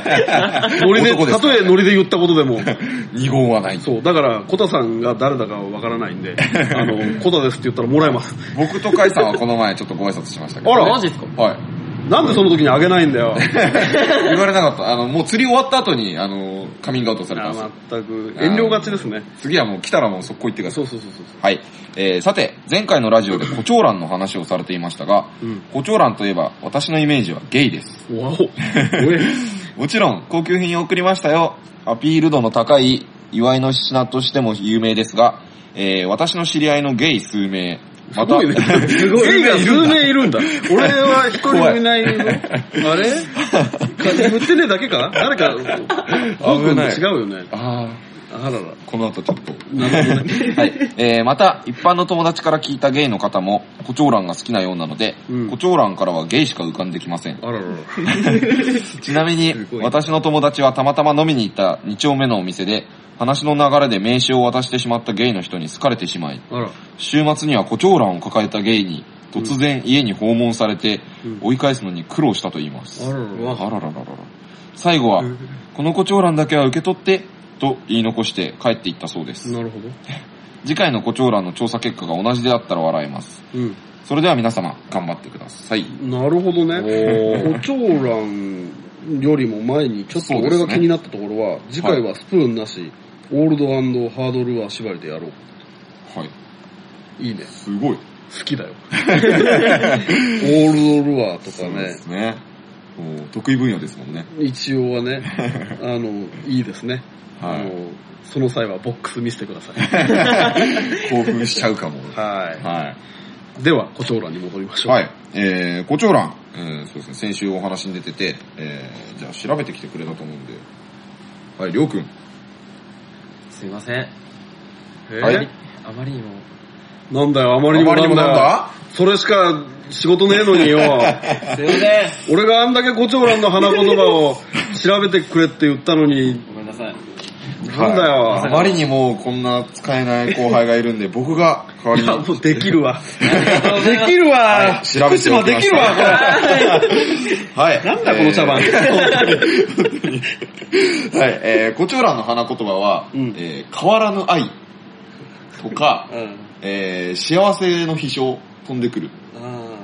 [SPEAKER 3] ノリで、
[SPEAKER 1] 男です
[SPEAKER 3] た
[SPEAKER 1] か
[SPEAKER 3] とえノリで言ったことでも。
[SPEAKER 1] 二号はない。
[SPEAKER 3] そう、だから、コタさんが誰だかはわからないん *laughs* で、あの、コタですって言ったらもらえます。
[SPEAKER 1] 僕とカイさんはこの前ちょっとご挨拶しましたけど。
[SPEAKER 3] あら
[SPEAKER 4] マジっすか
[SPEAKER 1] はい。
[SPEAKER 3] なんでその時にあげないんだ *laughs* よ。
[SPEAKER 1] 言われなかった。あの、もう釣り終わった後に、あの、カミングアウトされたんです
[SPEAKER 3] ま
[SPEAKER 1] よ。
[SPEAKER 3] ったく、遠慮がちですね。
[SPEAKER 1] 次はもう来たらもう速攻行ってください
[SPEAKER 3] そうそうそうそう。
[SPEAKER 1] はい。えー、さて、前回のラジオで胡蝶蘭の話をされていましたが、
[SPEAKER 3] うん
[SPEAKER 1] 胡蝶蘭といえば私のイメージはゲイです。
[SPEAKER 3] わお。おえ
[SPEAKER 1] もちろん、高級品を送りましたよ。アピール度の高い祝いの品としても有名ですが、えー、私の知り合いのゲイ数名、
[SPEAKER 3] す
[SPEAKER 1] また
[SPEAKER 3] ごい、ね。すごい。
[SPEAKER 1] ゲイがいるんだ
[SPEAKER 3] 名いるんだ。俺は一人もいない *laughs* の。あれ振ってねえだけか誰 *laughs* か、僕
[SPEAKER 1] 危ない
[SPEAKER 3] 違うよね。
[SPEAKER 1] *laughs* あ
[SPEAKER 3] あらら。
[SPEAKER 1] ー、この後ちょっと。
[SPEAKER 3] なるほどね。
[SPEAKER 1] はい。えー、また、一般の友達から聞いたゲイの方も、胡蝶蘭が好きなようなので、
[SPEAKER 3] うん
[SPEAKER 1] 胡蝶蘭からはゲイしか浮かんできません。
[SPEAKER 3] あららら。
[SPEAKER 1] ちなみに
[SPEAKER 3] すご、い
[SPEAKER 1] 私の友達はたまたま飲みに行った2丁目のお店で、話の流れで名刺を渡してしまったゲイの人に好かれてしまい、
[SPEAKER 3] あら。
[SPEAKER 1] 週末には胡蝶蘭を抱えたゲイに、突然家に訪問されて、
[SPEAKER 3] うん
[SPEAKER 1] 追い返すのに苦労したと言います。
[SPEAKER 3] あららら。
[SPEAKER 1] あららららら最後は、この胡蝶蘭だけは受け取って、と言い残して帰っていったそうです。
[SPEAKER 3] なるほど。
[SPEAKER 1] 次回の胡蝶蘭の調査結果が同じであったら笑えます。
[SPEAKER 3] うん。
[SPEAKER 1] それでは皆様、頑張ってください。
[SPEAKER 3] なるほどね。胡蝶蘭よりも前に、ちょっと
[SPEAKER 1] そうです
[SPEAKER 3] 俺
[SPEAKER 1] ね
[SPEAKER 3] が気になったところは、次回はスプーンなし、オールドハードルは縛りでやろう。
[SPEAKER 1] はい。
[SPEAKER 3] いいね。
[SPEAKER 1] すごい。
[SPEAKER 3] 好きだ *laughs* よ。オールドルアーとか
[SPEAKER 1] そうで
[SPEAKER 3] ね、
[SPEAKER 1] すね。もう得意分野ですもんね。
[SPEAKER 3] 一応
[SPEAKER 1] *laughs*
[SPEAKER 3] はね、あの、いいですね。
[SPEAKER 1] はい
[SPEAKER 3] あの、その際はボックス見せてください。
[SPEAKER 1] 興奮しちゃうかも。
[SPEAKER 3] は。
[SPEAKER 1] はい
[SPEAKER 3] では、胡蝶蘭に戻りまし
[SPEAKER 1] い。
[SPEAKER 3] ょう。
[SPEAKER 1] は。い。えー、胡蝶蘭、えー、そうですね、先週お話に出てて、えー、じゃあ調べてきてくれたと思うんで。はい、りょうくん。
[SPEAKER 4] すいません。
[SPEAKER 3] えー
[SPEAKER 1] はい
[SPEAKER 4] あまりにも。
[SPEAKER 3] なんだよ、あまりにもなんだよ。それしか仕事ねえの
[SPEAKER 1] *laughs*
[SPEAKER 3] によ。
[SPEAKER 4] すいません。
[SPEAKER 3] 俺があんだけ胡蝶蘭の花言葉を調べてくれって言ったのに、
[SPEAKER 4] ごめんなさい。
[SPEAKER 3] なんだよ。
[SPEAKER 1] はいあまりにもこんな使えない後輩がいるんで、 *laughs* 僕が代わり
[SPEAKER 3] いや、
[SPEAKER 1] に
[SPEAKER 3] もうできるわ。
[SPEAKER 4] で
[SPEAKER 3] できるわ。
[SPEAKER 1] 調べておきました。
[SPEAKER 3] 福島できるわ、これ。
[SPEAKER 1] *laughs* はい。
[SPEAKER 3] なんだこの茶番
[SPEAKER 1] えーはい、えー、胡蝶蘭の花言葉は、
[SPEAKER 3] うん
[SPEAKER 1] えー変わらぬ愛とか、
[SPEAKER 2] うん。
[SPEAKER 1] えー幸せの飛翔飛んでくる
[SPEAKER 2] あ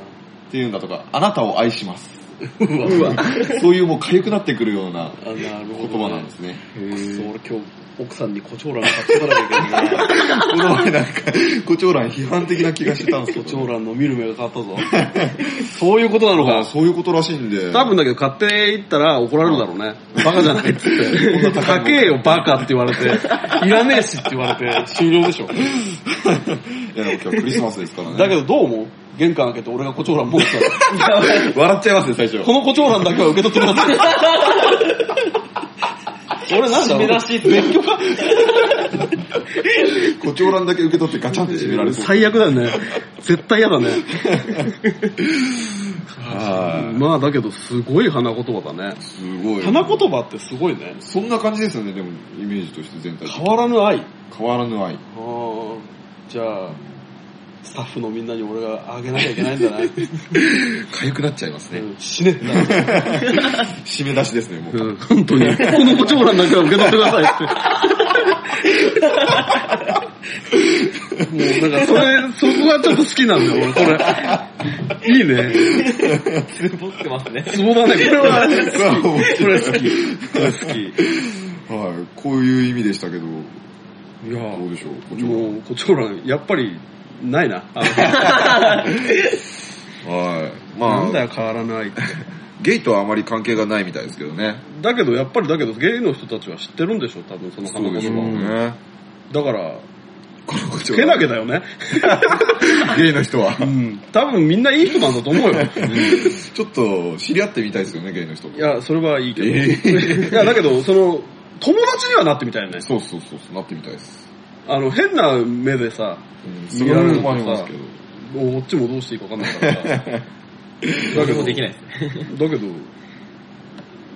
[SPEAKER 1] っていうんだとか、あなたを愛します。
[SPEAKER 3] うわ。
[SPEAKER 1] そういうもう痒くなってくるよう
[SPEAKER 2] あ、な
[SPEAKER 1] な
[SPEAKER 2] るほ
[SPEAKER 1] 言
[SPEAKER 2] ど、
[SPEAKER 1] 葉なんですね。
[SPEAKER 2] そう、俺今日、奥さんに胡蝶蘭買ってかなきゃいけないな。
[SPEAKER 1] この前なんか、胡蝶蘭批判的な気がしてたんですけ
[SPEAKER 2] 胡
[SPEAKER 1] ど。
[SPEAKER 2] 蝶蘭の見る目が変わっ
[SPEAKER 1] *laughs*
[SPEAKER 2] たぞ。そういうことなの
[SPEAKER 1] 蘭
[SPEAKER 2] か。
[SPEAKER 1] そういうことらしいんで。
[SPEAKER 3] 多分だけど買って行ったら怒られるだろうね。バカじゃないっつ *laughs* って。高えよバカって言
[SPEAKER 2] *laughs*
[SPEAKER 3] われて。いらねえしって言われて終了でしょ。
[SPEAKER 1] いや、でも今日クリスマスですからね。
[SPEAKER 2] だけどどう思う玄関開けて俺が胡蝶蘭持ってたら。
[SPEAKER 3] *laughs*
[SPEAKER 1] 笑っちゃいますね、最初。
[SPEAKER 2] この胡蝶蘭だけは受け取ってください。俺なんだろう
[SPEAKER 4] し別居か
[SPEAKER 1] 胡蝶蘭だけ受け取ってガチャンって締められそう。
[SPEAKER 3] 最悪だよね。絶対嫌だね。
[SPEAKER 1] は
[SPEAKER 3] まあだけどすごい花言葉だね
[SPEAKER 1] い。。すごい。
[SPEAKER 2] 花言葉ってすごいね。
[SPEAKER 1] そんな感じですよね、でも、イメージとして全体的
[SPEAKER 2] 変
[SPEAKER 1] に
[SPEAKER 2] わらぬ愛。
[SPEAKER 1] 変わらぬ愛。
[SPEAKER 2] あーじゃあ、スタッフのみんなに俺があげなきゃいけないんだな。
[SPEAKER 1] 痒くなっちゃいますね。
[SPEAKER 2] うん死ね
[SPEAKER 1] *laughs*
[SPEAKER 2] ってなる。
[SPEAKER 1] 締め出しですね、もう。
[SPEAKER 3] うん、本当に。この胡蝶蘭だけは受け取ってくださいって。もうなんかそれ、そこがちょっと好きなんだよ、俺、これ。いいね。
[SPEAKER 4] つぼってますね。
[SPEAKER 3] ツボだね、これは。
[SPEAKER 1] これは *laughs* 面
[SPEAKER 3] こ
[SPEAKER 1] 白
[SPEAKER 3] れ
[SPEAKER 1] い
[SPEAKER 3] 好き。これ好き。
[SPEAKER 1] はい、こういう意味でしたけど、
[SPEAKER 3] いや
[SPEAKER 1] どうでしょう、胡蝶蘭。
[SPEAKER 3] もう、胡蝶蘭、やっぱり、ないな。あ
[SPEAKER 1] はい。
[SPEAKER 3] の
[SPEAKER 1] ま
[SPEAKER 3] なんだ
[SPEAKER 1] あ、
[SPEAKER 3] よ、変わらないって。
[SPEAKER 1] ゲイとはあまり関係がないみたいですけどね。
[SPEAKER 3] だけど、やっぱりだけど、ゲイの人たちは知ってるんでしょ、多分、その
[SPEAKER 1] そう
[SPEAKER 3] 花
[SPEAKER 1] でし
[SPEAKER 3] 言
[SPEAKER 1] ょう
[SPEAKER 3] 葉をね。
[SPEAKER 1] ね。
[SPEAKER 3] だから、
[SPEAKER 1] この胡
[SPEAKER 3] つ
[SPEAKER 1] 蝶
[SPEAKER 3] けな
[SPEAKER 1] 蘭。
[SPEAKER 3] げだよね。
[SPEAKER 1] *laughs* ゲイの人は。
[SPEAKER 3] うん。多分、みんないい人なんだと思うよ。
[SPEAKER 1] ちょっと、知り合ってみたいですよね、ゲイの人と
[SPEAKER 3] いや、それはいいけど。
[SPEAKER 1] え
[SPEAKER 3] いや、だけど、その、友達にはなってみたいよね。
[SPEAKER 1] そうそうそうそう、なってみたいです。
[SPEAKER 3] あの、変な目でさ、
[SPEAKER 1] うん、
[SPEAKER 3] そ
[SPEAKER 1] そ
[SPEAKER 3] れ
[SPEAKER 1] れ
[SPEAKER 3] は
[SPEAKER 1] は
[SPEAKER 3] 困
[SPEAKER 1] 困
[SPEAKER 3] り
[SPEAKER 1] り
[SPEAKER 3] ま
[SPEAKER 1] ますす
[SPEAKER 3] け
[SPEAKER 1] け
[SPEAKER 3] ど
[SPEAKER 1] ど。
[SPEAKER 3] こっちもどうしていいか分かんないから *laughs* さ。だけ
[SPEAKER 4] どうにも
[SPEAKER 3] ど、
[SPEAKER 4] できないですね。
[SPEAKER 3] だけど、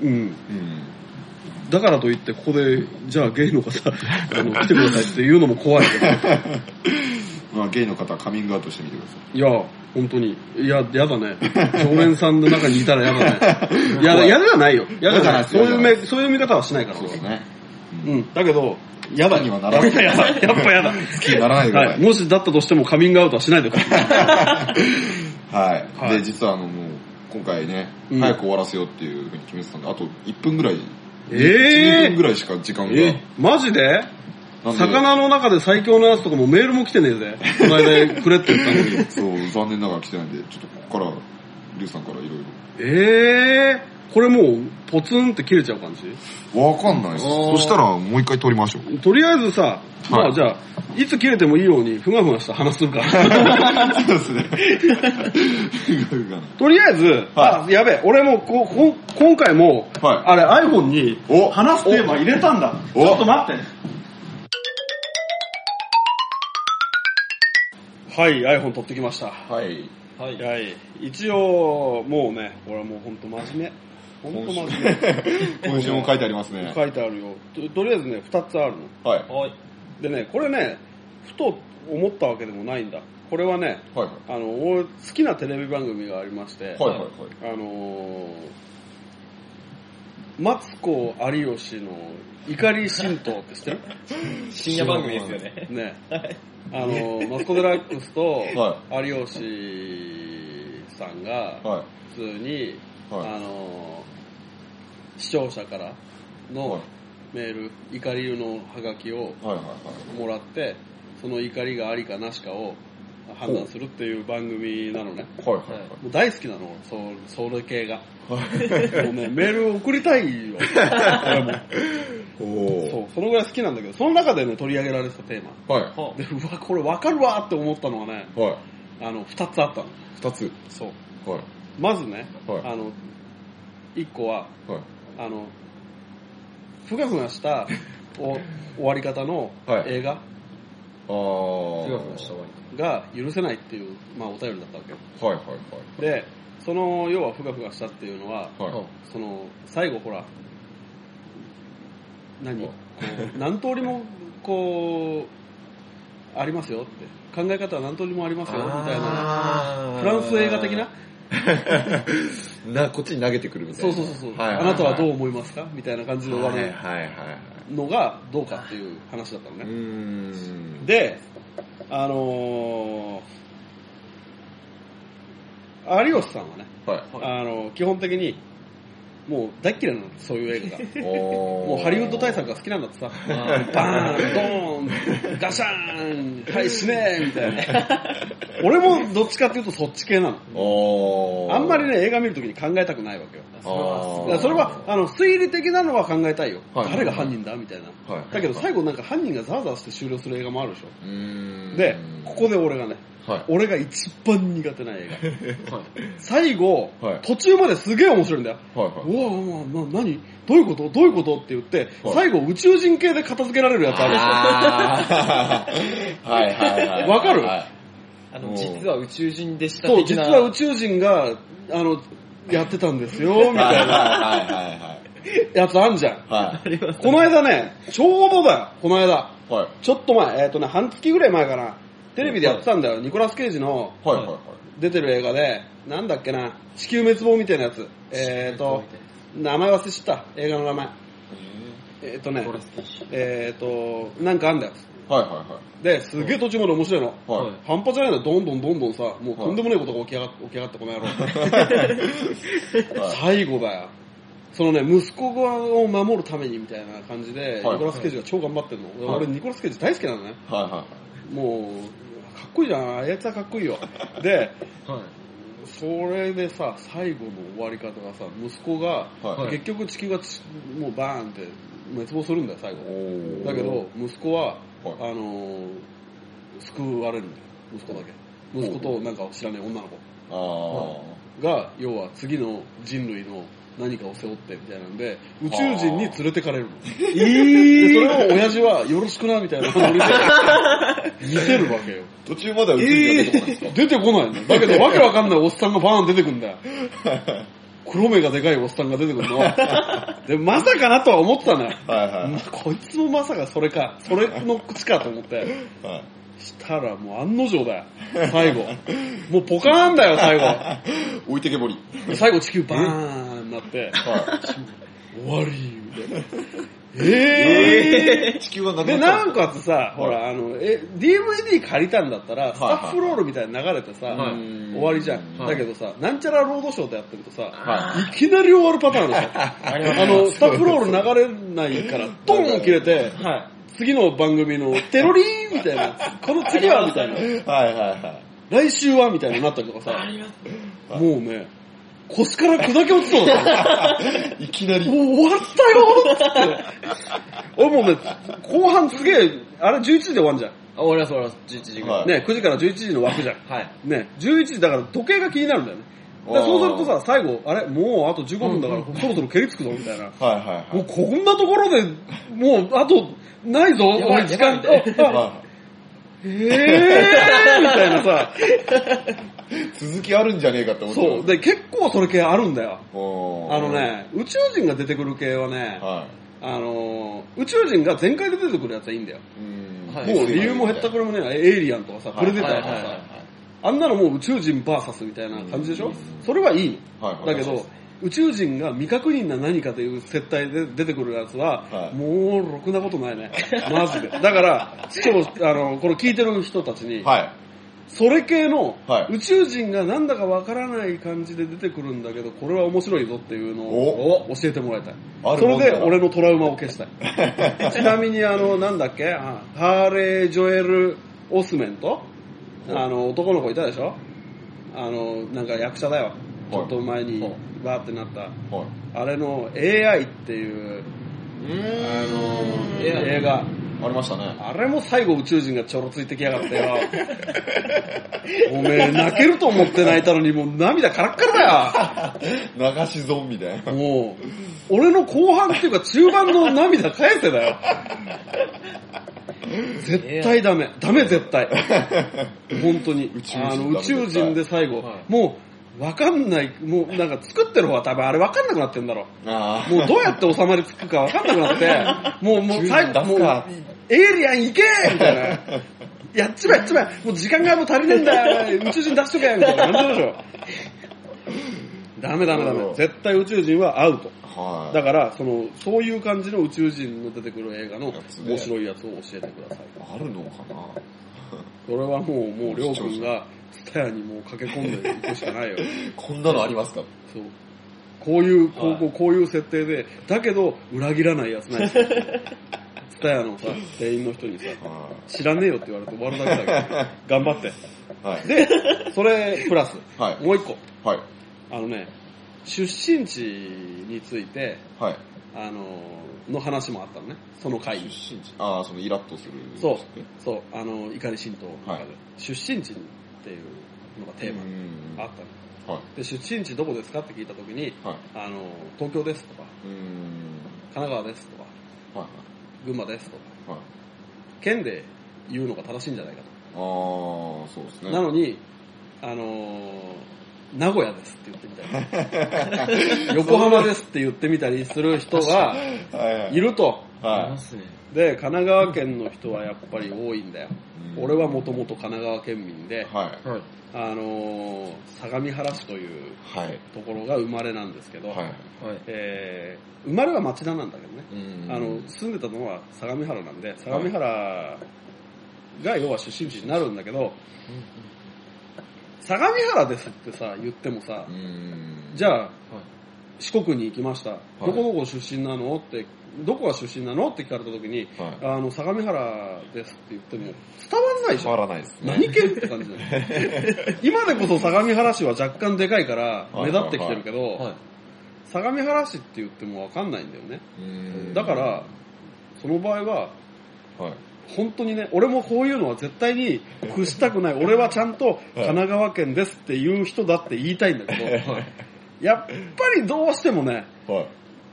[SPEAKER 3] うん。
[SPEAKER 1] うん。
[SPEAKER 3] だからといって、ここで、じゃあゲイの方、あの、来てくださいって言うのも怖いけど。
[SPEAKER 1] まあ、ゲイの方はカミングアウトしてみてください。
[SPEAKER 3] いや、本当に。いや、やだね。常連さんの中にいたらや *laughs* だね。いや、やではないよ。やだから、そういう目、そういう見方はしないから。俺
[SPEAKER 1] ね。
[SPEAKER 3] うん。だけど、やだ
[SPEAKER 1] にはならない。
[SPEAKER 3] やだ。やっぱやだ。
[SPEAKER 1] 好きにならないでくださ
[SPEAKER 3] はい。もしだったとしてもカミングアウトはしないでください。
[SPEAKER 1] はい。
[SPEAKER 3] はい
[SPEAKER 1] で、実はあの、もう、今回ね、
[SPEAKER 3] うん
[SPEAKER 1] 早く終わらせようっていうふうに決めてたんで、あと1分ぐらい、
[SPEAKER 3] え
[SPEAKER 1] 1分ぐらいしか時間が。
[SPEAKER 3] えマジで
[SPEAKER 1] なんで
[SPEAKER 3] 魚の中で最強のやつとかもメールも来てねえぜ。この間くれって言ったの
[SPEAKER 1] *laughs*
[SPEAKER 3] に。
[SPEAKER 1] そう、残念ながら来てないんで、ちょっとここから、リュウさんからいろい
[SPEAKER 3] ええこれもう、ポツンって切れちゃう感じ
[SPEAKER 1] ろ。わかんないです。
[SPEAKER 3] あー
[SPEAKER 1] そしたら、もう一回撮りましょう。
[SPEAKER 3] とりあえずさ、まあじゃあ、いつ切れてもいいように、ふがふがした話す
[SPEAKER 1] *laughs*
[SPEAKER 3] るから。
[SPEAKER 1] そうですね。
[SPEAKER 3] とりあえず、あ、やべえ、俺もこ、こ、今回も、
[SPEAKER 1] はい
[SPEAKER 3] あれ iPhone に、
[SPEAKER 1] お
[SPEAKER 2] 話すテーマ入れたんだ。ち
[SPEAKER 1] お
[SPEAKER 2] ょっと待って。
[SPEAKER 3] はい、iPhone 取ってきました。
[SPEAKER 1] はい。
[SPEAKER 3] はい。一応、もうね、俺はもうほんと真面目。ほんと真面
[SPEAKER 1] 今週も書いてあります
[SPEAKER 3] 目。
[SPEAKER 1] ね。
[SPEAKER 3] 書いてあるよ。ととりあえずね、二つあるの。
[SPEAKER 1] はい。
[SPEAKER 4] はい。
[SPEAKER 3] でね、これね、ふと思ったわけでもないんだ。これはね、
[SPEAKER 1] はい。
[SPEAKER 3] あの、俺好きなテレビ番組がありまして、
[SPEAKER 1] はい。はい。はい。
[SPEAKER 3] あのー、マツコ有吉の怒り神道って知
[SPEAKER 1] *laughs*
[SPEAKER 3] ってる
[SPEAKER 4] 深夜番組ですよね。
[SPEAKER 3] ね。あのー、マツコデラックスと
[SPEAKER 1] は
[SPEAKER 3] 有吉さんが
[SPEAKER 1] はい。
[SPEAKER 3] 普通に、
[SPEAKER 1] はい
[SPEAKER 3] あのー、視聴者からのメール、怒りのハガキを
[SPEAKER 1] はい。はい。
[SPEAKER 3] もらって、その怒りがありかなしかを判断するっていう番組なのね。
[SPEAKER 1] はい。はい。はい。
[SPEAKER 3] もう大好きなの、俺そう、それ系が。もうね、メールを送りたいよ。俺も
[SPEAKER 1] お
[SPEAKER 3] そ
[SPEAKER 1] ー。
[SPEAKER 3] う、そのぐらい好きなんだけど、その中でね、取り上げられてたテーマ。
[SPEAKER 1] はい。
[SPEAKER 4] は
[SPEAKER 3] で、うわ、これわかるわって思ったのはね、
[SPEAKER 1] はい。
[SPEAKER 3] あの、二つあったの。
[SPEAKER 1] 二つ。
[SPEAKER 3] そう。
[SPEAKER 1] はい。
[SPEAKER 3] まずね、
[SPEAKER 1] はい
[SPEAKER 3] あの、一個は、
[SPEAKER 1] はい。
[SPEAKER 3] あの、ふがふがしたお終わり方の
[SPEAKER 1] はい
[SPEAKER 3] 映画
[SPEAKER 1] あー。
[SPEAKER 4] ふわふわした終わ
[SPEAKER 3] が許せないっていう、まあ、お便りだったわけよ。
[SPEAKER 1] はい。はい。
[SPEAKER 3] で、その、要はふがふがしたっていうのは、
[SPEAKER 1] はい。はい。
[SPEAKER 3] その最後ほら何こ
[SPEAKER 1] *laughs*
[SPEAKER 3] う何通りもこうありますよって考え方は何通りもありますよみたいなフランス映画的な
[SPEAKER 1] な、こっちに投げてくるみたい
[SPEAKER 3] そう
[SPEAKER 1] な。
[SPEAKER 3] そうそうそう、
[SPEAKER 1] はい
[SPEAKER 3] あなたはどう
[SPEAKER 1] う
[SPEAKER 3] 思いますかみたいな感じで終わ
[SPEAKER 1] はい
[SPEAKER 3] る
[SPEAKER 1] はいはい。
[SPEAKER 3] のがどうかっていう話だったの
[SPEAKER 1] う
[SPEAKER 3] ね、
[SPEAKER 1] ーん。
[SPEAKER 3] であのー有吉さんはね、
[SPEAKER 1] はい。
[SPEAKER 3] あの基本的にもう大っ嫌いなのそうい
[SPEAKER 1] *laughs*
[SPEAKER 3] う映画が *laughs* も
[SPEAKER 1] も
[SPEAKER 3] うハリウッド対策が好きなん
[SPEAKER 1] *laughs*
[SPEAKER 3] だってさ。バーン、ドーン、ガシャーン、はい、死ねーみた
[SPEAKER 1] *laughs*
[SPEAKER 3] いな。俺もどっちかっていうとそっち系なの。
[SPEAKER 1] おー
[SPEAKER 3] あんまり、ね、映画見るときに考えたくないわけよ。
[SPEAKER 4] い。
[SPEAKER 1] あー
[SPEAKER 3] だからそれは、あの、推理的なのは考えたいよ。
[SPEAKER 1] はい
[SPEAKER 3] 誰が犯人だみたいな。
[SPEAKER 1] はいはい
[SPEAKER 3] だけど最後なんか犯人がザワザワして終了する映画もあるでし
[SPEAKER 1] うー
[SPEAKER 3] ょ。
[SPEAKER 1] ん
[SPEAKER 3] で、ここで俺がね、
[SPEAKER 1] はい。
[SPEAKER 3] 俺が一番苦手な映画。最後
[SPEAKER 1] はい、
[SPEAKER 3] 途中まですげえ面白いんだよ。
[SPEAKER 1] はいは
[SPEAKER 3] う
[SPEAKER 1] い。
[SPEAKER 3] わうわな、なにどういうことどういうことって言って、
[SPEAKER 1] はい
[SPEAKER 3] 最後宇宙人系で片付けられるやつあ
[SPEAKER 1] あーはいはいはい。
[SPEAKER 3] わかる
[SPEAKER 1] はい
[SPEAKER 4] あの、実は宇宙人でし
[SPEAKER 3] る
[SPEAKER 4] た
[SPEAKER 3] そう、
[SPEAKER 4] 的
[SPEAKER 3] 実
[SPEAKER 4] な。
[SPEAKER 3] は宇宙人が、あの、やってたんで
[SPEAKER 1] *laughs*
[SPEAKER 3] すよ、み
[SPEAKER 1] はい
[SPEAKER 3] た
[SPEAKER 1] はい
[SPEAKER 3] いなやつあんじゃん。
[SPEAKER 1] はいはい。はい。
[SPEAKER 3] この間ね、ちょうどだよ、この間。
[SPEAKER 1] はい。
[SPEAKER 3] ちょっと前、えっ、とね、半月ぐらい前かな。テレビでやってたんだよ、ニコラス・ケイジの
[SPEAKER 1] はいはいはい。
[SPEAKER 3] 出てる映画で、なんだっけな、地球滅亡みたいなやつ。えっ、と、名前忘れちゃった、映画の名前。えっ、とね、えっ、と、なんかあんだよ。
[SPEAKER 1] はいは
[SPEAKER 3] で、すげえ途中まで面白いの。
[SPEAKER 1] いはい。はい。
[SPEAKER 3] 半端じゃないんだ、どんどんどんどんさ、もうとんでもないことが起き上がって、起き上がってこの野郎。最後だよ。そのね、息子を守るためにみたいな感じで、
[SPEAKER 1] はい
[SPEAKER 3] ニコラス・ケイジが超頑張ってんの。
[SPEAKER 1] はい
[SPEAKER 3] 俺、ニコラス・ケイジ大好きなのね。
[SPEAKER 1] はいはいはい。
[SPEAKER 3] もう、かっこいいじゃん。あやつはかっこいいよ。
[SPEAKER 1] *laughs*
[SPEAKER 3] で、
[SPEAKER 4] はい。
[SPEAKER 3] それでさ、最後の終わり方がさ、息子が、
[SPEAKER 1] はい
[SPEAKER 3] 結局地球がちもうバーンって滅亡するんだよ、最後。
[SPEAKER 1] おー
[SPEAKER 3] だけど、息子は、あ
[SPEAKER 1] はい
[SPEAKER 3] のー救われるんだよ、息子だけ。息子となんか知らない女の子
[SPEAKER 1] あー。
[SPEAKER 3] が、要は次の人類の何かを背負ってみたいなんで、宇宙人に連れてかれるの。で、それを親父はよろしくなみたいなノリで、見せるわけよ。
[SPEAKER 1] 途中までは宇宙人が出てこないんですか
[SPEAKER 3] 出てこないんだよ。だけど、わけわかんないおっさんがバーン出てくんだよ。黒目がでかいおっさんが出てくるのはで、まさかなとは思ってたのよ。
[SPEAKER 1] はいはい
[SPEAKER 3] まこいつもまさかそれか、それの口かと思って。
[SPEAKER 1] はい。
[SPEAKER 3] したらもう案の定だよ。最後。もうポカーンだよ、最後。
[SPEAKER 1] 置いてけぼり。
[SPEAKER 3] 最後地球バーンなって、
[SPEAKER 1] は
[SPEAKER 3] 終わりみたいな。えー
[SPEAKER 1] い。地球はなく
[SPEAKER 3] で、
[SPEAKER 1] なっ
[SPEAKER 3] なんかつさ、ほら、あの、え、DVD 借りたんだったら、スタッフロールみたいに流れてさ、
[SPEAKER 4] はい
[SPEAKER 3] 終わりじゃん。
[SPEAKER 4] はい
[SPEAKER 3] だけどさ、なんちゃらロードショーってやってるとさ、
[SPEAKER 4] はい
[SPEAKER 3] きなり終わるパターンでしょ。
[SPEAKER 4] *laughs* あ
[SPEAKER 3] あの、スタッフロール流れないから、ドーン切れて、
[SPEAKER 4] は
[SPEAKER 3] 次の番組のテロリーンみたいな、この次はみたいな、
[SPEAKER 1] た。はいはいはい。
[SPEAKER 3] 来週はみたいになったりとかさ、もうね、腰から砕け落ちそうだった。
[SPEAKER 1] いきなり。
[SPEAKER 3] もう終わったよっつって。俺もうね、後半すげえ、あれ11時で終わんじゃん。
[SPEAKER 4] い。終わります、終わります。11時ぐらい。
[SPEAKER 1] はい
[SPEAKER 3] ね、9時から11時の枠じゃん。
[SPEAKER 4] はい。
[SPEAKER 3] ね、11時だから時計が気になるんだよね。だからそうするとさ、最後、あれ、もうあと15分だから、そろそろ蹴りつくぞ、みたいな。
[SPEAKER 1] はいはいは
[SPEAKER 3] も
[SPEAKER 1] い。
[SPEAKER 3] うこんなところで、もうあと、ないぞ、
[SPEAKER 4] やばい
[SPEAKER 3] 俺時間。
[SPEAKER 4] やばいみた
[SPEAKER 3] ああ
[SPEAKER 1] は
[SPEAKER 3] えーみたいなさ。
[SPEAKER 1] い
[SPEAKER 3] *laughs*
[SPEAKER 1] 続きあるんじゃねえかって思って
[SPEAKER 3] そう。で、結構それ系あるんだよ。
[SPEAKER 1] おー
[SPEAKER 3] あの。ね、宇宙人が出てくる系はね、
[SPEAKER 1] は
[SPEAKER 3] あのー、宇宙人が全開で出てくるやつはいいんだよ。
[SPEAKER 1] い。うん
[SPEAKER 4] はい
[SPEAKER 3] もう理由もへったくれもね、エイリアンとかさ、プレデターとか
[SPEAKER 4] はいはいはい
[SPEAKER 3] さ、あんなのもう宇宙人 VS みたいな感じでしょそれはいい
[SPEAKER 1] はいは
[SPEAKER 3] の。
[SPEAKER 1] い
[SPEAKER 3] だけど、宇宙人が未確認な何かという接待で *laughs* 出てくるやつ
[SPEAKER 1] は
[SPEAKER 3] は、
[SPEAKER 1] い
[SPEAKER 3] もうろくなことないね。マジで。だから、視聴、あの、これ聞いてる人たちに、
[SPEAKER 1] はい。
[SPEAKER 3] それ系の
[SPEAKER 1] はい
[SPEAKER 3] 宇宙人がなんだかわからない感じで出てくるんだけど、これは面白いぞっていうのを
[SPEAKER 1] お
[SPEAKER 3] 教えてもらいたい。
[SPEAKER 1] ある
[SPEAKER 3] そ
[SPEAKER 1] も
[SPEAKER 3] れ
[SPEAKER 1] んだな
[SPEAKER 3] で俺のトラウマを消し
[SPEAKER 1] *laughs*
[SPEAKER 3] たい。ちなみにあの、なんだっけあハーレー・ジョエル・オスメンと、あの、男の子いたでしょあの、なんか役者だよ。ちょっと前に
[SPEAKER 1] はい
[SPEAKER 3] バーってなった。
[SPEAKER 1] はい。
[SPEAKER 3] あれの AI っていう、あの、映画。
[SPEAKER 1] ありましたね。
[SPEAKER 3] あれも最後宇宙人がちょろついてきやがってよ。おめえ泣けると思って泣いたのにもう涙カラッカラ
[SPEAKER 1] 流しゾンビで。
[SPEAKER 3] だよ。もう、俺の後半っていうか中盤の涙返せだよ。絶対ダメ。ダメ絶対。本当に。
[SPEAKER 1] 宇宙人
[SPEAKER 3] あの
[SPEAKER 1] ダメ
[SPEAKER 3] 宇宙人で最後、
[SPEAKER 4] はい
[SPEAKER 3] もうわかんない、もうなんか作ってる方は多分あれわかんなくなってんだろ
[SPEAKER 1] *laughs*
[SPEAKER 3] う。
[SPEAKER 1] ああ。
[SPEAKER 3] もうどうやって収まりつくか分かんなくなって、もう、もう、最後、もう
[SPEAKER 1] 出すか、
[SPEAKER 3] エイリアン行けみたいな。やっちまえやっちまえもう時間がもう足りねえんだよ宇宙人出しとけみたいな感じでしょ。ダメダメダ
[SPEAKER 1] なるほ
[SPEAKER 3] メ。
[SPEAKER 1] ど
[SPEAKER 3] 絶対宇宙人はアウト。
[SPEAKER 1] はい。
[SPEAKER 3] だから、その、そういう感じの宇宙人の出てくる映画の
[SPEAKER 1] やつね
[SPEAKER 3] 面白いやつを教えてください。
[SPEAKER 1] あるのかな
[SPEAKER 3] それはもう、もう、りょうくんが、スタヤにもう駆け込んでいくしかないよ。
[SPEAKER 1] こんなのありますか
[SPEAKER 3] そう。こういう、こ
[SPEAKER 4] は
[SPEAKER 3] う
[SPEAKER 4] い
[SPEAKER 3] こうこういう設定で、だけど、裏切らないやつないですよ。ツタヤのさ、店員の人にさ、
[SPEAKER 1] は
[SPEAKER 3] 知らねえよって言われて終わるだけだけど、頑張って。
[SPEAKER 1] い。はい。
[SPEAKER 3] で、それ、プラス、
[SPEAKER 1] はい
[SPEAKER 3] もう一個。
[SPEAKER 1] はい。
[SPEAKER 3] あのね、出身地について、
[SPEAKER 1] はい。
[SPEAKER 3] あの、の話もあったのね、その会
[SPEAKER 1] 出
[SPEAKER 3] 議。
[SPEAKER 1] 身地。ああ、そのイラッとする。
[SPEAKER 3] そう、そう、あの、怒り神道の中
[SPEAKER 1] は
[SPEAKER 3] で、
[SPEAKER 1] い
[SPEAKER 3] 出身地っていうのがテーマに
[SPEAKER 1] ーマ
[SPEAKER 3] あったの。
[SPEAKER 1] はい。
[SPEAKER 3] で、出身地どこですかって聞いたときに、
[SPEAKER 1] はい。
[SPEAKER 3] あの、東京ですとか、
[SPEAKER 1] うーん。
[SPEAKER 3] 神奈川ですとか、
[SPEAKER 1] はい。
[SPEAKER 3] 群馬ですとか、
[SPEAKER 1] はい。
[SPEAKER 3] 県で言うのが正しいんじゃないか
[SPEAKER 1] ああ、そうです
[SPEAKER 3] と。
[SPEAKER 1] ね。
[SPEAKER 3] なのに、あのー名古屋ですって言ってみた
[SPEAKER 1] *laughs*
[SPEAKER 3] り、横浜ですって言ってみたりする人が
[SPEAKER 1] はいはい
[SPEAKER 3] いると。
[SPEAKER 4] あり
[SPEAKER 1] は
[SPEAKER 4] ますね。
[SPEAKER 3] で、神奈川県の人はやっぱり多いんだよ。
[SPEAKER 1] い。
[SPEAKER 3] 俺はもともと神奈川県民で、
[SPEAKER 1] はい。
[SPEAKER 4] はい。
[SPEAKER 3] あのー相模原市という
[SPEAKER 1] はい。
[SPEAKER 3] ところが生まれなんですけど、
[SPEAKER 1] はい。
[SPEAKER 4] はい。
[SPEAKER 3] えー生まれは町田なんだけどね。
[SPEAKER 1] うーん
[SPEAKER 3] あの、住んでたのは相模原なんで、相模原が要は出身地になるんだけど、相模原ですってさ、言ってもさ
[SPEAKER 1] う、ーん。
[SPEAKER 3] じ
[SPEAKER 1] ゃ
[SPEAKER 3] ゃあ、四国に行きました。
[SPEAKER 1] い
[SPEAKER 3] どこどこ出身なのって、どこが出身なのって聞かれた時に、
[SPEAKER 1] あ、はい。
[SPEAKER 3] あの、相模原ですって言っても伝わらないでし
[SPEAKER 1] 変わ
[SPEAKER 3] ょ。
[SPEAKER 1] らないですね。
[SPEAKER 3] 何県って感じだよ。今でこそ相模原市は若干でかいから目立ってきてるけ
[SPEAKER 4] は
[SPEAKER 3] ど、相模原市って言ってもわかんないんだよね。
[SPEAKER 1] うーん
[SPEAKER 3] だか、ら、その場合は、
[SPEAKER 1] はい。
[SPEAKER 3] 本当にね、俺もこういうのは絶対に屈したくない。俺はちゃんと神奈川県ですっていう人だって言いたいんだけど、やっぱりどうしてもね、
[SPEAKER 1] はい。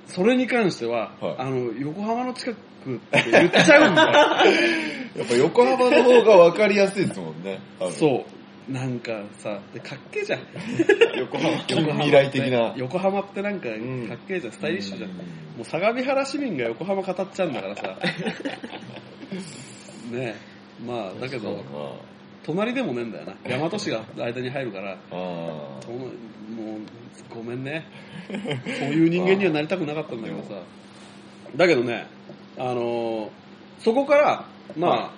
[SPEAKER 3] それに関しては、
[SPEAKER 1] はい
[SPEAKER 3] あの、横浜の近くって言っ *laughs* ちゃうんだよ。
[SPEAKER 1] やっぱ横浜の方が分かりやすいですもんね。多分
[SPEAKER 3] そう。なんかさ、でかっけえじゃん。
[SPEAKER 1] 横浜未来的な。
[SPEAKER 3] 横浜ってなんか、かっけえじゃん、スタイリッシュじゃん。もう相模原市民が横浜語っちゃうんだ *laughs* からさ。ねえ。まあ、だけど、隣でもねえんだよな。大和市が間に入るから、
[SPEAKER 1] ああ
[SPEAKER 3] そのもう、ごめんね。そういう人間にはなりたくなかったんだけどさ。だけどね、あのーそこから、まあ、
[SPEAKER 1] は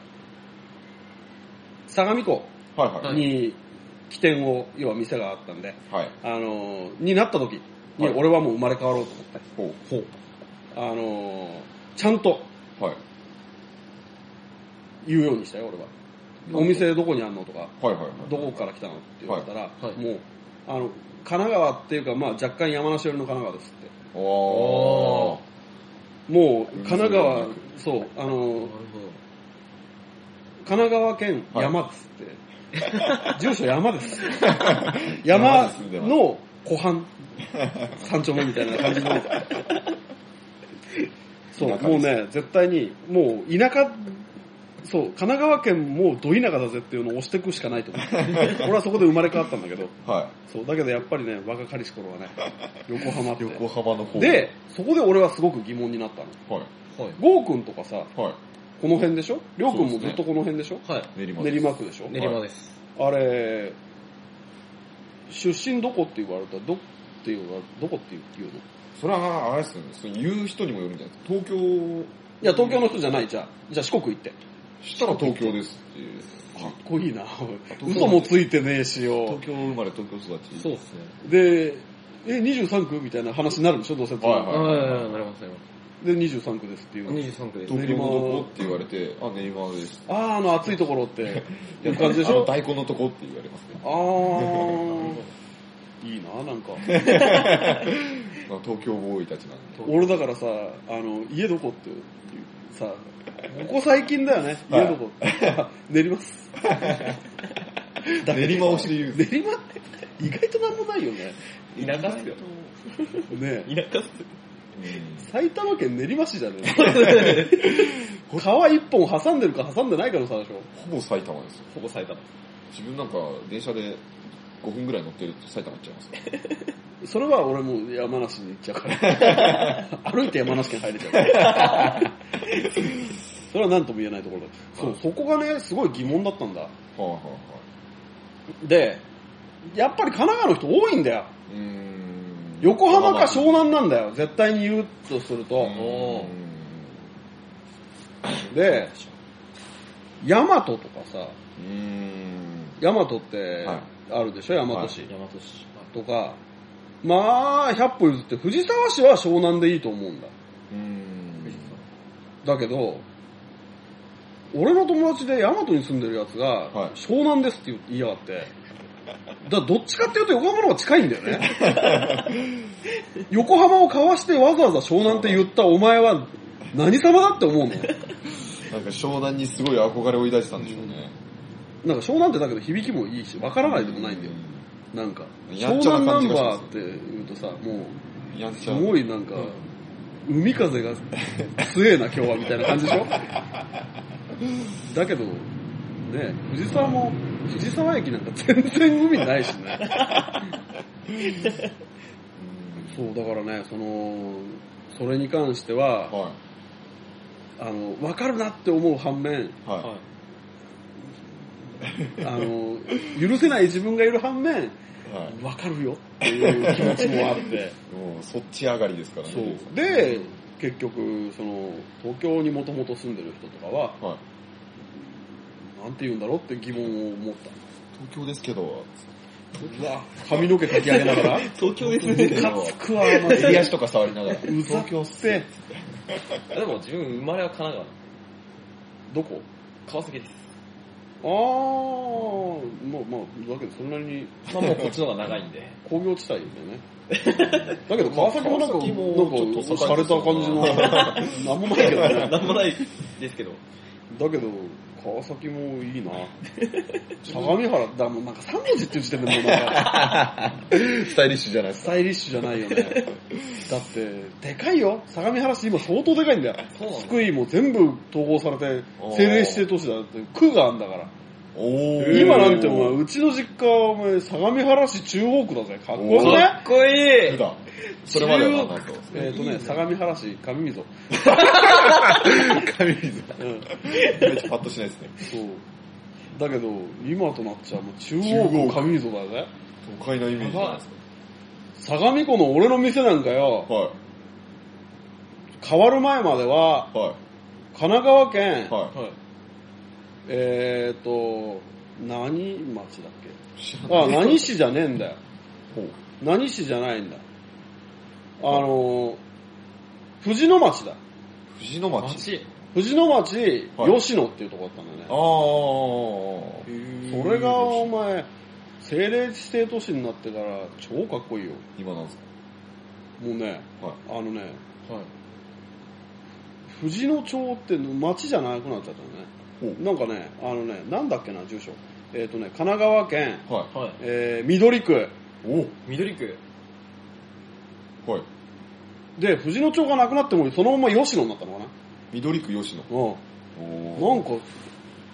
[SPEAKER 3] 相模湖
[SPEAKER 1] ー。はいはい。
[SPEAKER 3] に起点を、要は店があったんで、
[SPEAKER 1] はい。
[SPEAKER 3] あのーになった時に
[SPEAKER 1] はい
[SPEAKER 3] 俺はもう生まれ変わろうと思って、
[SPEAKER 1] ほ
[SPEAKER 3] あのーちゃんと
[SPEAKER 1] う。はい。
[SPEAKER 3] 言うようにしたよ、俺は。お店どこにあんのとか、
[SPEAKER 1] はいはいはい。
[SPEAKER 3] どこから来たのって言われたら、
[SPEAKER 4] いはい
[SPEAKER 3] もう、あの、神奈川っていうか、まあ若干山梨寄りの神奈川ですって。
[SPEAKER 1] おー。
[SPEAKER 3] もう、神奈川
[SPEAKER 1] うん、
[SPEAKER 3] そう、あの、
[SPEAKER 4] ほ
[SPEAKER 3] 神奈川県
[SPEAKER 1] はい
[SPEAKER 3] 山っつって、住所山です。山の湖畔、山頂目みたいな感じの。そう、
[SPEAKER 1] 田舎です
[SPEAKER 3] もうね、絶対に、もう田舎、そう、神奈川県もうど田舎だぜっていうのを押していくしかないと思う。俺はそこで生まれ変わったんだけど、
[SPEAKER 1] は
[SPEAKER 3] そう、だけどやっぱりね、若かりし頃は
[SPEAKER 1] *laughs*
[SPEAKER 3] ね、横浜っ
[SPEAKER 1] い。横
[SPEAKER 3] て。
[SPEAKER 1] 浜の方。
[SPEAKER 3] で、そこで俺はすごく疑問になったの。
[SPEAKER 1] はい。
[SPEAKER 4] い。
[SPEAKER 3] ゴーくんとかさ、
[SPEAKER 1] は
[SPEAKER 3] この辺でしょりょうく
[SPEAKER 1] そう
[SPEAKER 3] んも
[SPEAKER 1] です
[SPEAKER 3] ず
[SPEAKER 1] ね
[SPEAKER 3] っとこの辺でしょ
[SPEAKER 4] はい。
[SPEAKER 1] い。練馬です
[SPEAKER 3] 練馬区でしょ、
[SPEAKER 1] ね
[SPEAKER 4] 練馬です。
[SPEAKER 3] あれ、出身どこって言われたら、どっていうのは、どこって言うのい
[SPEAKER 1] それは、あれですよね。それ言う人にもよるんじゃないですか。東京、
[SPEAKER 3] や、東京の人じゃない、じゃあ。じゃあ四国行って。
[SPEAKER 1] したら東京ですっていう。
[SPEAKER 3] かっこいいな。
[SPEAKER 1] 京
[SPEAKER 3] 嘘もついてねえしよ
[SPEAKER 1] 東。京生まれ、東京育ち。
[SPEAKER 4] そうですね。
[SPEAKER 3] で、え、23区みたいな話になるでしょどうせ。
[SPEAKER 1] はいはい
[SPEAKER 4] はい、なります、なりま
[SPEAKER 3] で、23区ですっていうの。
[SPEAKER 4] す。23区です。
[SPEAKER 1] 東京のどこって言われて、あ、練馬です。
[SPEAKER 3] ああ、あの暑いところって、いう感じでし
[SPEAKER 1] あの
[SPEAKER 3] ょ
[SPEAKER 1] 大根のとこって言われますね。
[SPEAKER 3] あ
[SPEAKER 1] *laughs*
[SPEAKER 3] あ、いいな、なんか。
[SPEAKER 1] まあ東京ボーイたちなんで。
[SPEAKER 3] *laughs* 俺だからさ、あの、家どこっていう、さ、ここ最近だよね、
[SPEAKER 1] はい
[SPEAKER 3] 家ど
[SPEAKER 1] *laughs*
[SPEAKER 3] こって。練ります。
[SPEAKER 1] 練馬推しで言うんです。
[SPEAKER 3] *laughs* 練馬って意外となんもないよね。
[SPEAKER 4] 田舎っすよ。
[SPEAKER 3] ねえ
[SPEAKER 4] 田舎っす
[SPEAKER 3] 埼玉県練馬市じゃね
[SPEAKER 1] *laughs*
[SPEAKER 3] え川一本挟んでるか挟んでないかの差でしょ。
[SPEAKER 1] ほぼ埼玉ですよ。
[SPEAKER 4] ほぼ埼玉。
[SPEAKER 1] 自分なんか電車で5分ぐらい乗ってると埼玉行っちゃいますね。
[SPEAKER 3] それは俺もう山梨に行っちゃう *laughs* から。歩いて山梨県入れちゃうから。 *laughs* それは何とも言えないところだ。そう、そこがね、すごい疑問だったんだ。
[SPEAKER 1] はいはいは
[SPEAKER 3] で、やっぱり神奈川の人多いんだよ。
[SPEAKER 1] い。うーん。
[SPEAKER 3] 横浜か
[SPEAKER 1] う
[SPEAKER 3] 湘南なんだよ。絶対に言うとすると。
[SPEAKER 1] ーん。
[SPEAKER 3] で、大和とかさ、
[SPEAKER 1] うーん。
[SPEAKER 3] 大和って
[SPEAKER 1] はい
[SPEAKER 3] あるでしょ、大和市、
[SPEAKER 4] 大和市。
[SPEAKER 3] とか。まあ、百歩譲って藤沢市は湘南でいいと思うんだ。
[SPEAKER 1] うーん。
[SPEAKER 3] だけど、俺の友達で大和に住んでるやつが、
[SPEAKER 1] はい
[SPEAKER 3] 湘南ですって言いやがって。だからどっちかっていうと横浜の方が近いんだよね。
[SPEAKER 1] *laughs*
[SPEAKER 3] 横浜をかわしてわざわざ湘南って言ったお前は何様だって思うの
[SPEAKER 1] なんか湘南にすごい憧れを抱いてたんでしょうね。
[SPEAKER 3] なんか湘南ってだけど響きもいいし、わからないでもないんだよ。なんか、
[SPEAKER 1] や
[SPEAKER 3] 湘
[SPEAKER 1] んちゃ
[SPEAKER 3] 南
[SPEAKER 1] な
[SPEAKER 3] ナ
[SPEAKER 1] 感
[SPEAKER 3] ン
[SPEAKER 1] じがしま
[SPEAKER 3] バ
[SPEAKER 1] す
[SPEAKER 3] ーって言うとさ、もう、
[SPEAKER 1] うん。やんち
[SPEAKER 3] す
[SPEAKER 1] ゃ。
[SPEAKER 3] ごいなんか、海風が強えな今日はみたいな感じでしょだけど、ね、藤沢も、藤沢駅なんか全然海ないしね。
[SPEAKER 1] うん
[SPEAKER 3] そう、だからね、その、それに関しては、
[SPEAKER 1] は
[SPEAKER 3] あの、わかるなって思う反面、
[SPEAKER 1] い。はい。
[SPEAKER 4] はい。
[SPEAKER 3] あの、許せない自分がいる反面、
[SPEAKER 1] は
[SPEAKER 3] わかるよっていう気持ちもあって。
[SPEAKER 1] い。もうそっち上がりですからね。
[SPEAKER 3] そう
[SPEAKER 1] デーブさん、
[SPEAKER 3] で、結局、その、東京にもともと住んでる人とかは、
[SPEAKER 1] はい。
[SPEAKER 3] なんて言うんだろうって疑問を持っ
[SPEAKER 1] 東京ですけど、
[SPEAKER 3] た。髪の毛かき上げなが
[SPEAKER 1] *laughs*
[SPEAKER 3] ら、
[SPEAKER 4] 東京です
[SPEAKER 1] ね
[SPEAKER 3] カつくわ、マジ
[SPEAKER 1] 襟 *laughs*
[SPEAKER 3] で。
[SPEAKER 1] 足とか触りながら。
[SPEAKER 3] うざって、
[SPEAKER 4] でも自分生まれは神奈
[SPEAKER 3] どこ
[SPEAKER 4] 川。川崎です。
[SPEAKER 3] あー、まあまあ、だけどそんなに
[SPEAKER 4] まあもうこっちの方が長いんで。
[SPEAKER 3] 工業地帯だよね。
[SPEAKER 1] *laughs*
[SPEAKER 3] だけど川崎もなんか、
[SPEAKER 1] 川崎も
[SPEAKER 3] なんか、
[SPEAKER 1] ちょっと栄
[SPEAKER 3] 洒
[SPEAKER 1] え
[SPEAKER 3] れ
[SPEAKER 1] てそ
[SPEAKER 3] た
[SPEAKER 1] う
[SPEAKER 3] 感じ
[SPEAKER 1] *laughs*
[SPEAKER 3] の、なんもないけど
[SPEAKER 4] *laughs*
[SPEAKER 3] ね。
[SPEAKER 4] なんもないですけど。
[SPEAKER 3] だけど、川崎もいいな。相模原、だもうなんか3文字っていう時点でもうなんか、
[SPEAKER 1] スタイリッシュじゃないです
[SPEAKER 3] ス
[SPEAKER 1] か。
[SPEAKER 3] タイリッシュじゃないよね。だって、でかいよ。相模原市今相当でかいんだよ。
[SPEAKER 4] そうなんだ
[SPEAKER 3] 福井も全部統合されて、
[SPEAKER 1] おー
[SPEAKER 3] 政令指定都市だって、区があんだから。
[SPEAKER 1] おー
[SPEAKER 3] 今なんてお前、うちの実家はお前、相模原市中央区だぜ。かっこよく
[SPEAKER 1] おー
[SPEAKER 3] ね
[SPEAKER 4] っこいい
[SPEAKER 1] だ。それまではなんと。
[SPEAKER 3] えっ、とね、相模原市上溝。
[SPEAKER 1] *laughs* 神水。
[SPEAKER 3] うん
[SPEAKER 1] めっちゃパッとしないですね。
[SPEAKER 3] そう。だけど、今となっちゃもう中央区上溝だぜ。
[SPEAKER 1] 都会なイメージじゃないです
[SPEAKER 3] 相模湖の俺の店なんかよ
[SPEAKER 1] か。、は。
[SPEAKER 3] 変わる前まではい
[SPEAKER 1] は
[SPEAKER 3] 神奈川県、
[SPEAKER 1] はい
[SPEAKER 3] えっ、と、何町だっけ
[SPEAKER 1] い。知ら
[SPEAKER 3] あ、
[SPEAKER 1] ない
[SPEAKER 3] 何市じゃねえんだよ。
[SPEAKER 1] ほう
[SPEAKER 3] 何市じゃないんだ。あのー、藤野町だ。
[SPEAKER 1] 藤の町。
[SPEAKER 4] 街。
[SPEAKER 3] 藤野町、
[SPEAKER 1] はい
[SPEAKER 3] 吉野っていうとこだったんだ
[SPEAKER 1] あ
[SPEAKER 3] よね。
[SPEAKER 1] ー。
[SPEAKER 3] それがお前、政令指定都市になってから超かっこいいよ。
[SPEAKER 1] 今なんですか
[SPEAKER 3] もうね、
[SPEAKER 1] はい
[SPEAKER 3] あのね、藤野町って町じゃなくなっちゃった
[SPEAKER 1] ほ
[SPEAKER 3] のね。なんかね、あのね、なんだっけな、住所。えっ、とね、神奈川県、
[SPEAKER 1] は
[SPEAKER 4] はい。
[SPEAKER 3] えー、緑区。
[SPEAKER 1] い。
[SPEAKER 4] 緑区。
[SPEAKER 1] おはい。
[SPEAKER 3] で、藤野町がなくなっても、そのまま吉野になったのかな。
[SPEAKER 1] 緑区吉野。
[SPEAKER 3] う
[SPEAKER 1] おー。
[SPEAKER 3] ん。なんか、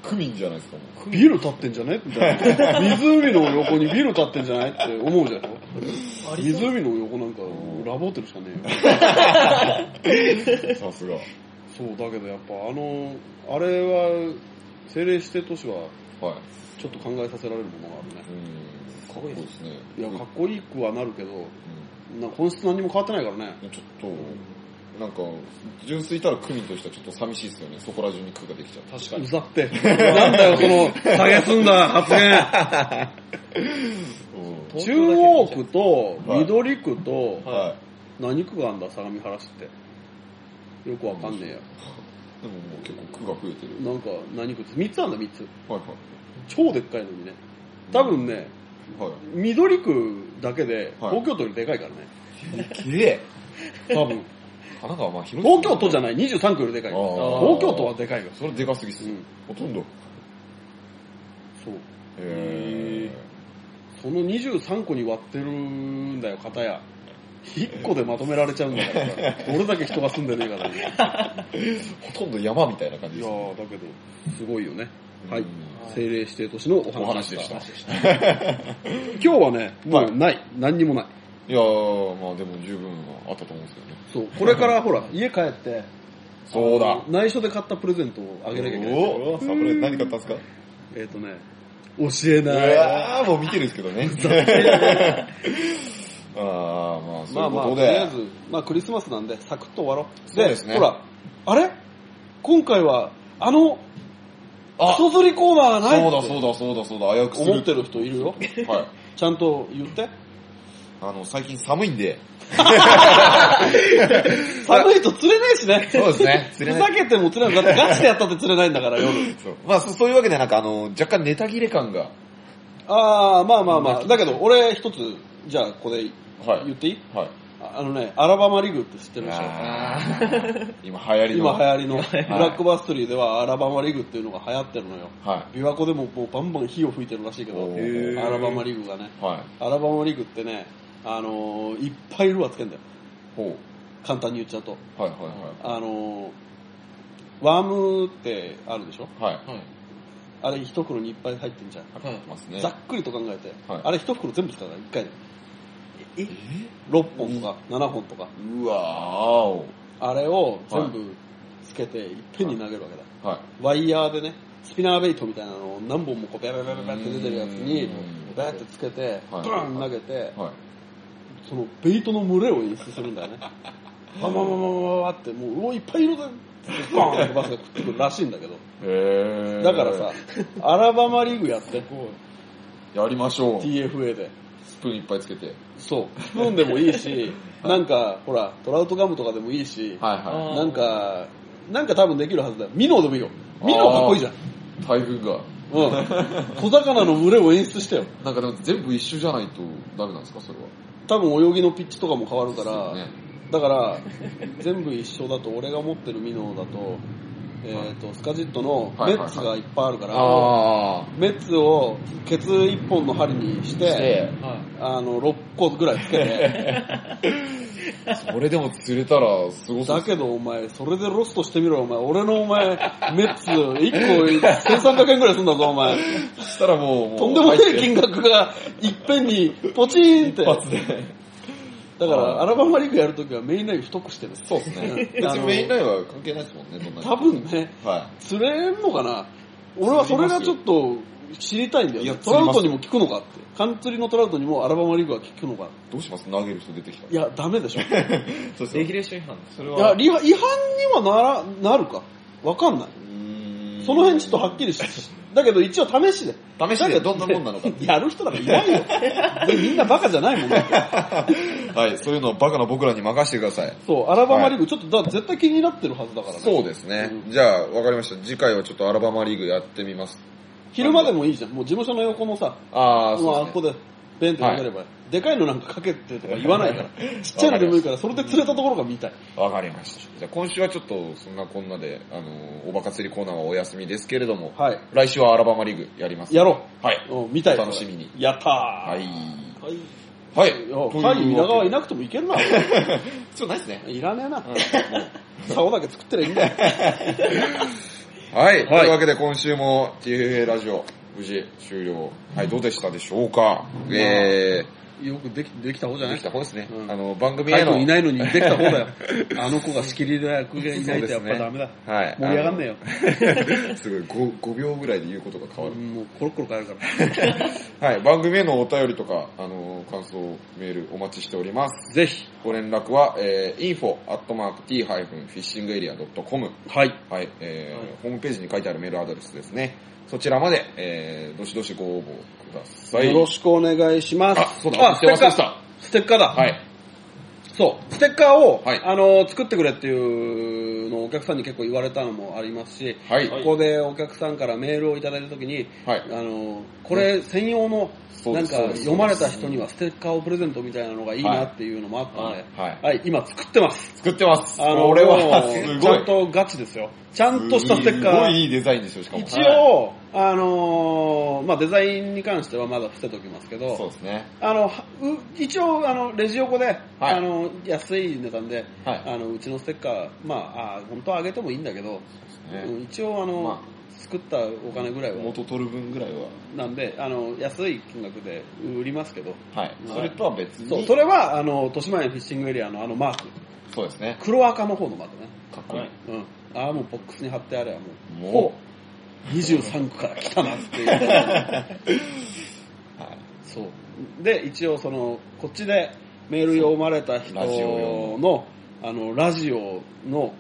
[SPEAKER 1] 区民じゃないですか、も
[SPEAKER 3] ビル立ってんじゃねみたい *laughs* な。湖の横にビル立ってんじゃないって思うじゃん。湖の横なんか、ラボってるしかねえよ。
[SPEAKER 1] うさすが。
[SPEAKER 3] そう、だけどやっぱあの、あれは、政令指定都市は、
[SPEAKER 1] はい。
[SPEAKER 3] ちょっと考えさせられるものがあるね
[SPEAKER 1] う。ーん。かっこいいですね。
[SPEAKER 3] いや、かっこいいくはなるけど、
[SPEAKER 1] うん
[SPEAKER 3] な本質何も変わってないからね。
[SPEAKER 1] いやちょっと、なんか、純粋たる区民としてはちょっと寂しいですよね。そこら中に区ができちゃう。
[SPEAKER 4] 確か
[SPEAKER 3] う
[SPEAKER 4] に。
[SPEAKER 3] ざって。なんだよ、その、蔑んだ発言。
[SPEAKER 1] う
[SPEAKER 3] *laughs* 中央区と、
[SPEAKER 1] はい
[SPEAKER 3] 緑区と、
[SPEAKER 1] んは
[SPEAKER 3] 何区があんだ、相模原市って。よくわかんねえや。
[SPEAKER 1] い。でももう結構区が増えてる。
[SPEAKER 3] なんか、何区って、3つあんだ、3つ。
[SPEAKER 1] はいは
[SPEAKER 3] 超でっかいのにね。多分
[SPEAKER 1] い。
[SPEAKER 3] ね、
[SPEAKER 1] はい。
[SPEAKER 3] 緑区だけで、
[SPEAKER 1] はい
[SPEAKER 3] 東京都よりでかいからね。
[SPEAKER 1] きれい。
[SPEAKER 3] 多分。
[SPEAKER 1] 神奈川まあ広い。
[SPEAKER 3] *laughs* 東京都じゃない、23区よりでかいよ。
[SPEAKER 1] あー
[SPEAKER 3] 東京都はでかいよ。
[SPEAKER 1] それでかすぎっす
[SPEAKER 3] う。ん。
[SPEAKER 1] ほとんど。
[SPEAKER 3] そう。
[SPEAKER 1] へ
[SPEAKER 3] その23個に割ってるんだよ、片や。1個でまとめられちゃうんだから、
[SPEAKER 1] *laughs*
[SPEAKER 3] どれだけ人が住んでねえかだね。
[SPEAKER 1] ー。ほとんど山みたいな感じ
[SPEAKER 3] い
[SPEAKER 1] で
[SPEAKER 3] や
[SPEAKER 1] す。
[SPEAKER 3] ー、だけど、すごいよね。は
[SPEAKER 1] う
[SPEAKER 3] い
[SPEAKER 1] ん。
[SPEAKER 3] 政令指定都市のお
[SPEAKER 1] お話
[SPEAKER 3] 話
[SPEAKER 1] で
[SPEAKER 3] で
[SPEAKER 1] し
[SPEAKER 3] したた。。今日はね、もうない。何にもな
[SPEAKER 1] い
[SPEAKER 3] い。
[SPEAKER 1] やー、まあでも十分あったと思うんですけどね。
[SPEAKER 3] そう、こ
[SPEAKER 1] *laughs*
[SPEAKER 3] れからほら、家帰って、
[SPEAKER 1] そうだ。
[SPEAKER 3] 内緒で買ったプレゼントをあげなきゃいけない。
[SPEAKER 1] おーサプライズ何買ったんですか
[SPEAKER 3] えっ、とね、教え
[SPEAKER 1] う
[SPEAKER 3] ない。
[SPEAKER 1] わー、もう見てるんですけど
[SPEAKER 3] *laughs*
[SPEAKER 1] ね。あー、まあ、そう
[SPEAKER 3] ま
[SPEAKER 1] い
[SPEAKER 3] あ
[SPEAKER 1] う
[SPEAKER 3] まあ、
[SPEAKER 1] こと
[SPEAKER 3] とり
[SPEAKER 1] で。
[SPEAKER 3] あえず、まあクリスマスなんで、サクッと終わろう。
[SPEAKER 1] そうですね
[SPEAKER 3] ほら、あれ今回は、あの、
[SPEAKER 1] あ
[SPEAKER 3] クソ釣りコーナーがない
[SPEAKER 1] そうだ
[SPEAKER 3] って
[SPEAKER 1] そうだそうだそうだ、危うくする。
[SPEAKER 3] 思ってる人い
[SPEAKER 1] *laughs*
[SPEAKER 3] るよ。
[SPEAKER 1] はい。
[SPEAKER 3] ちゃんと言って。
[SPEAKER 1] あの、最近寒いんで。
[SPEAKER 3] 寒いと釣れないしね。
[SPEAKER 1] そうですね釣れない
[SPEAKER 3] ふざけても釣れない。だってガチでやったって釣れないんだか
[SPEAKER 1] *laughs*
[SPEAKER 3] ら、夜。
[SPEAKER 1] そう。まあ、そそういうわけではなく、あの、若干ネタ切れ感が。
[SPEAKER 3] あー、まあまあまあ。だけど、俺一つ、じゃあここで
[SPEAKER 1] はい
[SPEAKER 3] 言っていい
[SPEAKER 1] はい。
[SPEAKER 3] ああのね、アラバマリグって知ってるでしょ
[SPEAKER 1] あー今流行りの。
[SPEAKER 3] 今流行りの、ブラックバストリーではアラバマリグっていうのが流行ってるのよ。
[SPEAKER 1] は
[SPEAKER 3] 琵琶湖でももうバンバン火を吹いてるらしいけど
[SPEAKER 1] お、ー
[SPEAKER 3] アラバマリグがね。
[SPEAKER 1] い。はい。
[SPEAKER 3] アラバマリグってね、あのーいっぱいルアーつけんだよ。
[SPEAKER 1] ほ
[SPEAKER 3] 簡単に言っちゃうと。
[SPEAKER 1] う。はいは
[SPEAKER 3] あのーワームってあるでしょ
[SPEAKER 1] いはい。はい。
[SPEAKER 4] はい。
[SPEAKER 3] あれ一袋にいっぱい入ってんじゃん。
[SPEAKER 4] はい。
[SPEAKER 1] ますね。
[SPEAKER 3] ざっくりと考えて、
[SPEAKER 1] はい
[SPEAKER 3] あれ一袋全部使うから、一回で。
[SPEAKER 4] え
[SPEAKER 3] 6本とか7本とか、
[SPEAKER 1] うわーお。
[SPEAKER 3] あれを全部つけて、いっぺんに投げるわけだ。
[SPEAKER 1] は
[SPEAKER 3] ワイヤーでね、スピナーベイトみたいなのを何本もこう、ビャビャビャビャビャって出てるやつに
[SPEAKER 1] うん、
[SPEAKER 3] ビャってつけて、ブ
[SPEAKER 1] はい
[SPEAKER 3] ーン投げて
[SPEAKER 1] い。、はい。
[SPEAKER 3] そのベイトの群れを演出するんだよね。バンバンバンバンバンバンって、もう、うおいっぱいいるぞバーンってバスが食ってくるらしいんだけど。
[SPEAKER 1] へー
[SPEAKER 3] だからさ、、アラバマリーグやって、
[SPEAKER 1] やりましょう。
[SPEAKER 3] TFA で。
[SPEAKER 1] スプーンいっぱいつけて。
[SPEAKER 3] そう、スプーンでもいいし、なんか、ほら、トラウトガムとかでもいいし、
[SPEAKER 1] はい
[SPEAKER 4] あ
[SPEAKER 1] は
[SPEAKER 4] ー
[SPEAKER 3] なんか、なんか多分できるはずだよ。ミノでもいいよ。ミノかっこいいじゃん。
[SPEAKER 1] い。台風が。
[SPEAKER 3] うん。小魚の群れを演出してよ。
[SPEAKER 1] なんかでも全部一緒じゃないとダメなんですか、それは。
[SPEAKER 3] 多分泳ぎのピッチとかも変わる
[SPEAKER 1] そ
[SPEAKER 3] か
[SPEAKER 1] う
[SPEAKER 3] ら
[SPEAKER 1] ね、
[SPEAKER 3] だから、全部一緒だと、俺が持ってるミノだと、えっと、スカジットのメッツがいっぱいあるから、
[SPEAKER 1] あ
[SPEAKER 3] メッツをケツ1本の針にし
[SPEAKER 1] ー。
[SPEAKER 3] て、
[SPEAKER 1] で、
[SPEAKER 4] は
[SPEAKER 1] *laughs*
[SPEAKER 3] あの、6個ぐらいつけて、
[SPEAKER 1] それでも釣れたら、すごそう
[SPEAKER 3] だけどお前、それでロストしてみろよお前。俺のお前、メッツ、1個1300円くらいすんだぞお
[SPEAKER 1] *laughs*
[SPEAKER 3] 前。
[SPEAKER 1] そしたらもう、もう
[SPEAKER 3] とんでもねえ金額がいっぺんにポチーンって。
[SPEAKER 1] 一発で。
[SPEAKER 3] だから、アラバマリーグやるときはメインライン太くしてるんです
[SPEAKER 1] そうですね。別
[SPEAKER 3] あの
[SPEAKER 1] にメインラインは関係ないですもんね、そんなに
[SPEAKER 3] 多分ね、
[SPEAKER 1] は
[SPEAKER 3] 釣れんのかな俺はそれがちょっと知りたいんだよ、
[SPEAKER 1] いや
[SPEAKER 3] ね。トラウトにも効くのかって。缶釣りのトラウトにもアラバマリーグは効くのか。
[SPEAKER 1] い。どうします投げる人出てきたら
[SPEAKER 3] い。や、ダメでしょ。い
[SPEAKER 1] そうです
[SPEAKER 4] レギュ
[SPEAKER 1] ね。
[SPEAKER 4] レーション違反です。
[SPEAKER 1] それ
[SPEAKER 3] や、
[SPEAKER 1] は、
[SPEAKER 3] 違反違反にはなら、なるか。わかんない。その辺ちょっとはっきりして、 *laughs* だけど一応試しで。
[SPEAKER 1] 試しでどんなもんなのか。
[SPEAKER 3] やる人なんかいない *laughs* よ。みんなバカじゃないもんね。
[SPEAKER 1] *laughs* はい、そういうのをバカな僕らに任せてください。
[SPEAKER 3] そう、アラバマリーグ、ちょっとだ絶対気になってるはずだからね。
[SPEAKER 1] そうですね。じゃあ、わかりました。次回はちょっとアラバマリーグやってみます。
[SPEAKER 3] 昼間でもいいじゃん。もう事務所の横のさ、
[SPEAKER 1] あ
[SPEAKER 3] ま
[SPEAKER 1] あ、
[SPEAKER 3] あ
[SPEAKER 1] そう
[SPEAKER 3] あ
[SPEAKER 1] で
[SPEAKER 3] そ
[SPEAKER 1] すね
[SPEAKER 3] こ。で、ベンって投げればいい。でかいのなんかかけてとか言わない *laughs* から。ちっちゃいのでもいいから、それで釣れたところが見たい。
[SPEAKER 1] わかりました。じゃあ今週はちょっとそんなこんなで、あの、おバカ釣りコーナーはお休みですけれども、
[SPEAKER 3] はい。
[SPEAKER 1] 来週はアラバマリーグやります。
[SPEAKER 3] やろ
[SPEAKER 1] はい。
[SPEAKER 3] う。うん、見たい。
[SPEAKER 1] お楽しみに
[SPEAKER 3] やったー。
[SPEAKER 1] は。
[SPEAKER 3] はいはい。
[SPEAKER 1] はい。
[SPEAKER 3] はい、稲川いなくてもいけ
[SPEAKER 1] *laughs*
[SPEAKER 3] るな。
[SPEAKER 1] そうないですね。
[SPEAKER 3] いらねえな。竿だけ作ってりゃいいんだよ。
[SPEAKER 1] はい。というわけで今週も TFA ラジオ、無事終了。はい、どうでしたでしょうかえ
[SPEAKER 3] *laughs* よくでき、できた方
[SPEAKER 1] ー、
[SPEAKER 3] じゃな
[SPEAKER 1] で
[SPEAKER 3] い
[SPEAKER 1] きた方ですね。
[SPEAKER 3] うん
[SPEAKER 1] あの、番組
[SPEAKER 3] カ
[SPEAKER 1] へ
[SPEAKER 3] イ
[SPEAKER 1] の。
[SPEAKER 3] トいないのにできた方
[SPEAKER 1] *laughs*
[SPEAKER 3] だよ。あの子が仕切り役がいないとやっぱダメだ。
[SPEAKER 1] はい。
[SPEAKER 3] 盛り上がんねえよ。
[SPEAKER 1] あ *laughs* の。すごい5、5秒ぐらいで言うことが変わる。
[SPEAKER 3] もうコロコロ変えるから。
[SPEAKER 1] はい、番組へのお便りとか、あの、感想、メールお待ちしております。
[SPEAKER 3] ぜひ。
[SPEAKER 1] ご連絡は、えー、info.t-fishingaria.com。
[SPEAKER 3] はい。
[SPEAKER 1] はい、えーホームページに書いてあるメールアドレスですね。そちらまで、えー、どしどしご応募ください。
[SPEAKER 3] よろしくお願いします。
[SPEAKER 1] あ、そうだ、
[SPEAKER 3] ス
[SPEAKER 1] ス
[SPEAKER 3] テ
[SPEAKER 1] テ
[SPEAKER 3] ッ
[SPEAKER 1] ッカ
[SPEAKER 3] カー。
[SPEAKER 1] ー。
[SPEAKER 3] ステッカーだ。
[SPEAKER 1] はい。
[SPEAKER 3] そう。ステッカーを、
[SPEAKER 1] はい
[SPEAKER 3] あの、作ってくれっていうのをお客さんに結構言われたのもありますし、
[SPEAKER 1] はい。
[SPEAKER 4] は
[SPEAKER 3] こ
[SPEAKER 4] い
[SPEAKER 3] こでお客さんからメールをいただいたときに、
[SPEAKER 1] はい
[SPEAKER 3] あの、これ専用の、
[SPEAKER 1] そう
[SPEAKER 3] な
[SPEAKER 1] で
[SPEAKER 3] ん
[SPEAKER 1] す
[SPEAKER 3] か
[SPEAKER 1] そうです
[SPEAKER 3] 読まれた人にはステッカーをプレゼントみたいなのがいいなっていうのもあったので、
[SPEAKER 1] はい。
[SPEAKER 3] はい、今作ってます。
[SPEAKER 1] 作ってます。
[SPEAKER 3] あの、
[SPEAKER 1] これは、
[SPEAKER 3] もう
[SPEAKER 1] す
[SPEAKER 3] ち
[SPEAKER 1] ご
[SPEAKER 3] ゃ
[SPEAKER 1] い
[SPEAKER 3] ん。とガチですよ。ちゃんとしたステッカー。
[SPEAKER 1] すごいいいデザインですよ、しかも。
[SPEAKER 3] 一
[SPEAKER 1] はい
[SPEAKER 3] 応、あのーまあ、デザインに関してはまだ伏せときますけ
[SPEAKER 1] そう
[SPEAKER 3] ど、
[SPEAKER 1] ですね。
[SPEAKER 3] あの、はう一応、あの、レジ横で、あの、安い値段で、
[SPEAKER 1] はい
[SPEAKER 3] あの、うちのステッカー、まあ、あー本当はあげてもいいんだけど、
[SPEAKER 1] ね
[SPEAKER 3] 一応、あの、
[SPEAKER 1] ま
[SPEAKER 3] 作ったお金ぐらいは、
[SPEAKER 1] 元取る分ぐらいは。
[SPEAKER 3] なんで、あの、安い金額で売りますけど、
[SPEAKER 1] はい。それとは別に。
[SPEAKER 3] そう、それは、あの、豊島園フィッシングエリアのあのマーク、
[SPEAKER 1] そうですね。
[SPEAKER 3] 黒赤の方のマークね。
[SPEAKER 1] かっこいい。
[SPEAKER 4] はい
[SPEAKER 3] うん。ああ、もうボックスに貼ってあればもう、
[SPEAKER 1] もう
[SPEAKER 3] お23区から来たなって
[SPEAKER 1] *laughs*
[SPEAKER 3] いう。
[SPEAKER 1] はい。
[SPEAKER 3] そう。で、一応その、こっちでメール読まれた人
[SPEAKER 1] ラジオ用
[SPEAKER 3] の、あの、ラジオの、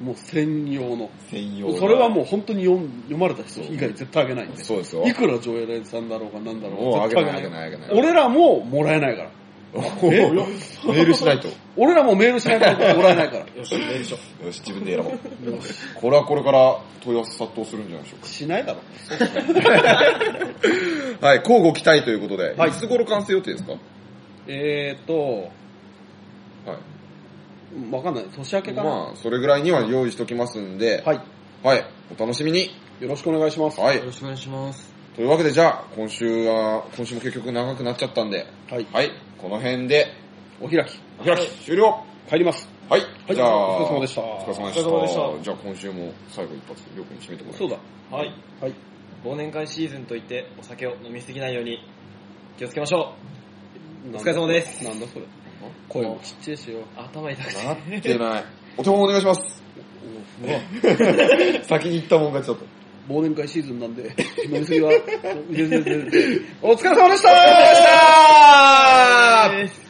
[SPEAKER 3] もう専用の。
[SPEAKER 1] 専用
[SPEAKER 3] それは
[SPEAKER 1] う。
[SPEAKER 3] もう本当に読ん読まれた人以外絶対あげないんで。
[SPEAKER 1] そうですよ
[SPEAKER 3] い。くら上映連さんだろうがなんだろう
[SPEAKER 1] もう
[SPEAKER 3] が
[SPEAKER 1] あ
[SPEAKER 3] 絶
[SPEAKER 1] げ
[SPEAKER 3] 対
[SPEAKER 1] ない、あげない、あげない。
[SPEAKER 3] 俺らももらえないから。
[SPEAKER 1] おーメールしないと。
[SPEAKER 3] 俺らもメールしないともらえないから。
[SPEAKER 4] よし、メールしょ。
[SPEAKER 1] よし、自分で選ぼう。これはこれから問い合わせ殺到するんじゃ *laughs* ないでしょう
[SPEAKER 3] しないだろ。
[SPEAKER 1] か。はい、交互期待ということで、
[SPEAKER 3] はい
[SPEAKER 1] いつ頃完成予定ですか
[SPEAKER 3] えーと、
[SPEAKER 1] はい。
[SPEAKER 3] わかんない。年明けかな。
[SPEAKER 1] まあ、それぐらいには用意しときますんで、
[SPEAKER 3] はい。
[SPEAKER 1] はい、お楽しみに。
[SPEAKER 3] よろしくお願いします。
[SPEAKER 1] はい
[SPEAKER 4] よ。ろしくお願いします。
[SPEAKER 1] というわけでじゃあ、今週は、今週も結局長くなっちゃったんで、
[SPEAKER 3] はい。
[SPEAKER 1] はい、この辺で、
[SPEAKER 3] お開き。
[SPEAKER 1] お開き、終了
[SPEAKER 3] 帰ります。
[SPEAKER 1] はい、
[SPEAKER 3] はい
[SPEAKER 1] じゃあ、
[SPEAKER 3] お疲れ様でした
[SPEAKER 1] お疲れ様で
[SPEAKER 4] お疲れ様で
[SPEAKER 1] し。
[SPEAKER 4] した
[SPEAKER 1] じゃあ今週も最後一発、りょうくんに締めてもらいます
[SPEAKER 3] そうだ。
[SPEAKER 4] はい。
[SPEAKER 3] はい。
[SPEAKER 4] 忘年会シーズンといって、お酒を飲みすぎないように、気をつけましょう。お疲れ様です。
[SPEAKER 3] なんだそれ。声もちっちゃいしよ。
[SPEAKER 4] 頭痛く。
[SPEAKER 1] なっててない。お手本お願いします。 *laughs* 先に行ったもん勝ちだと。
[SPEAKER 3] 忘年会シーズンなんで、 *laughs* 飲み
[SPEAKER 1] *laughs*
[SPEAKER 3] すぎは、お疲れ様でした
[SPEAKER 1] あー
[SPEAKER 4] です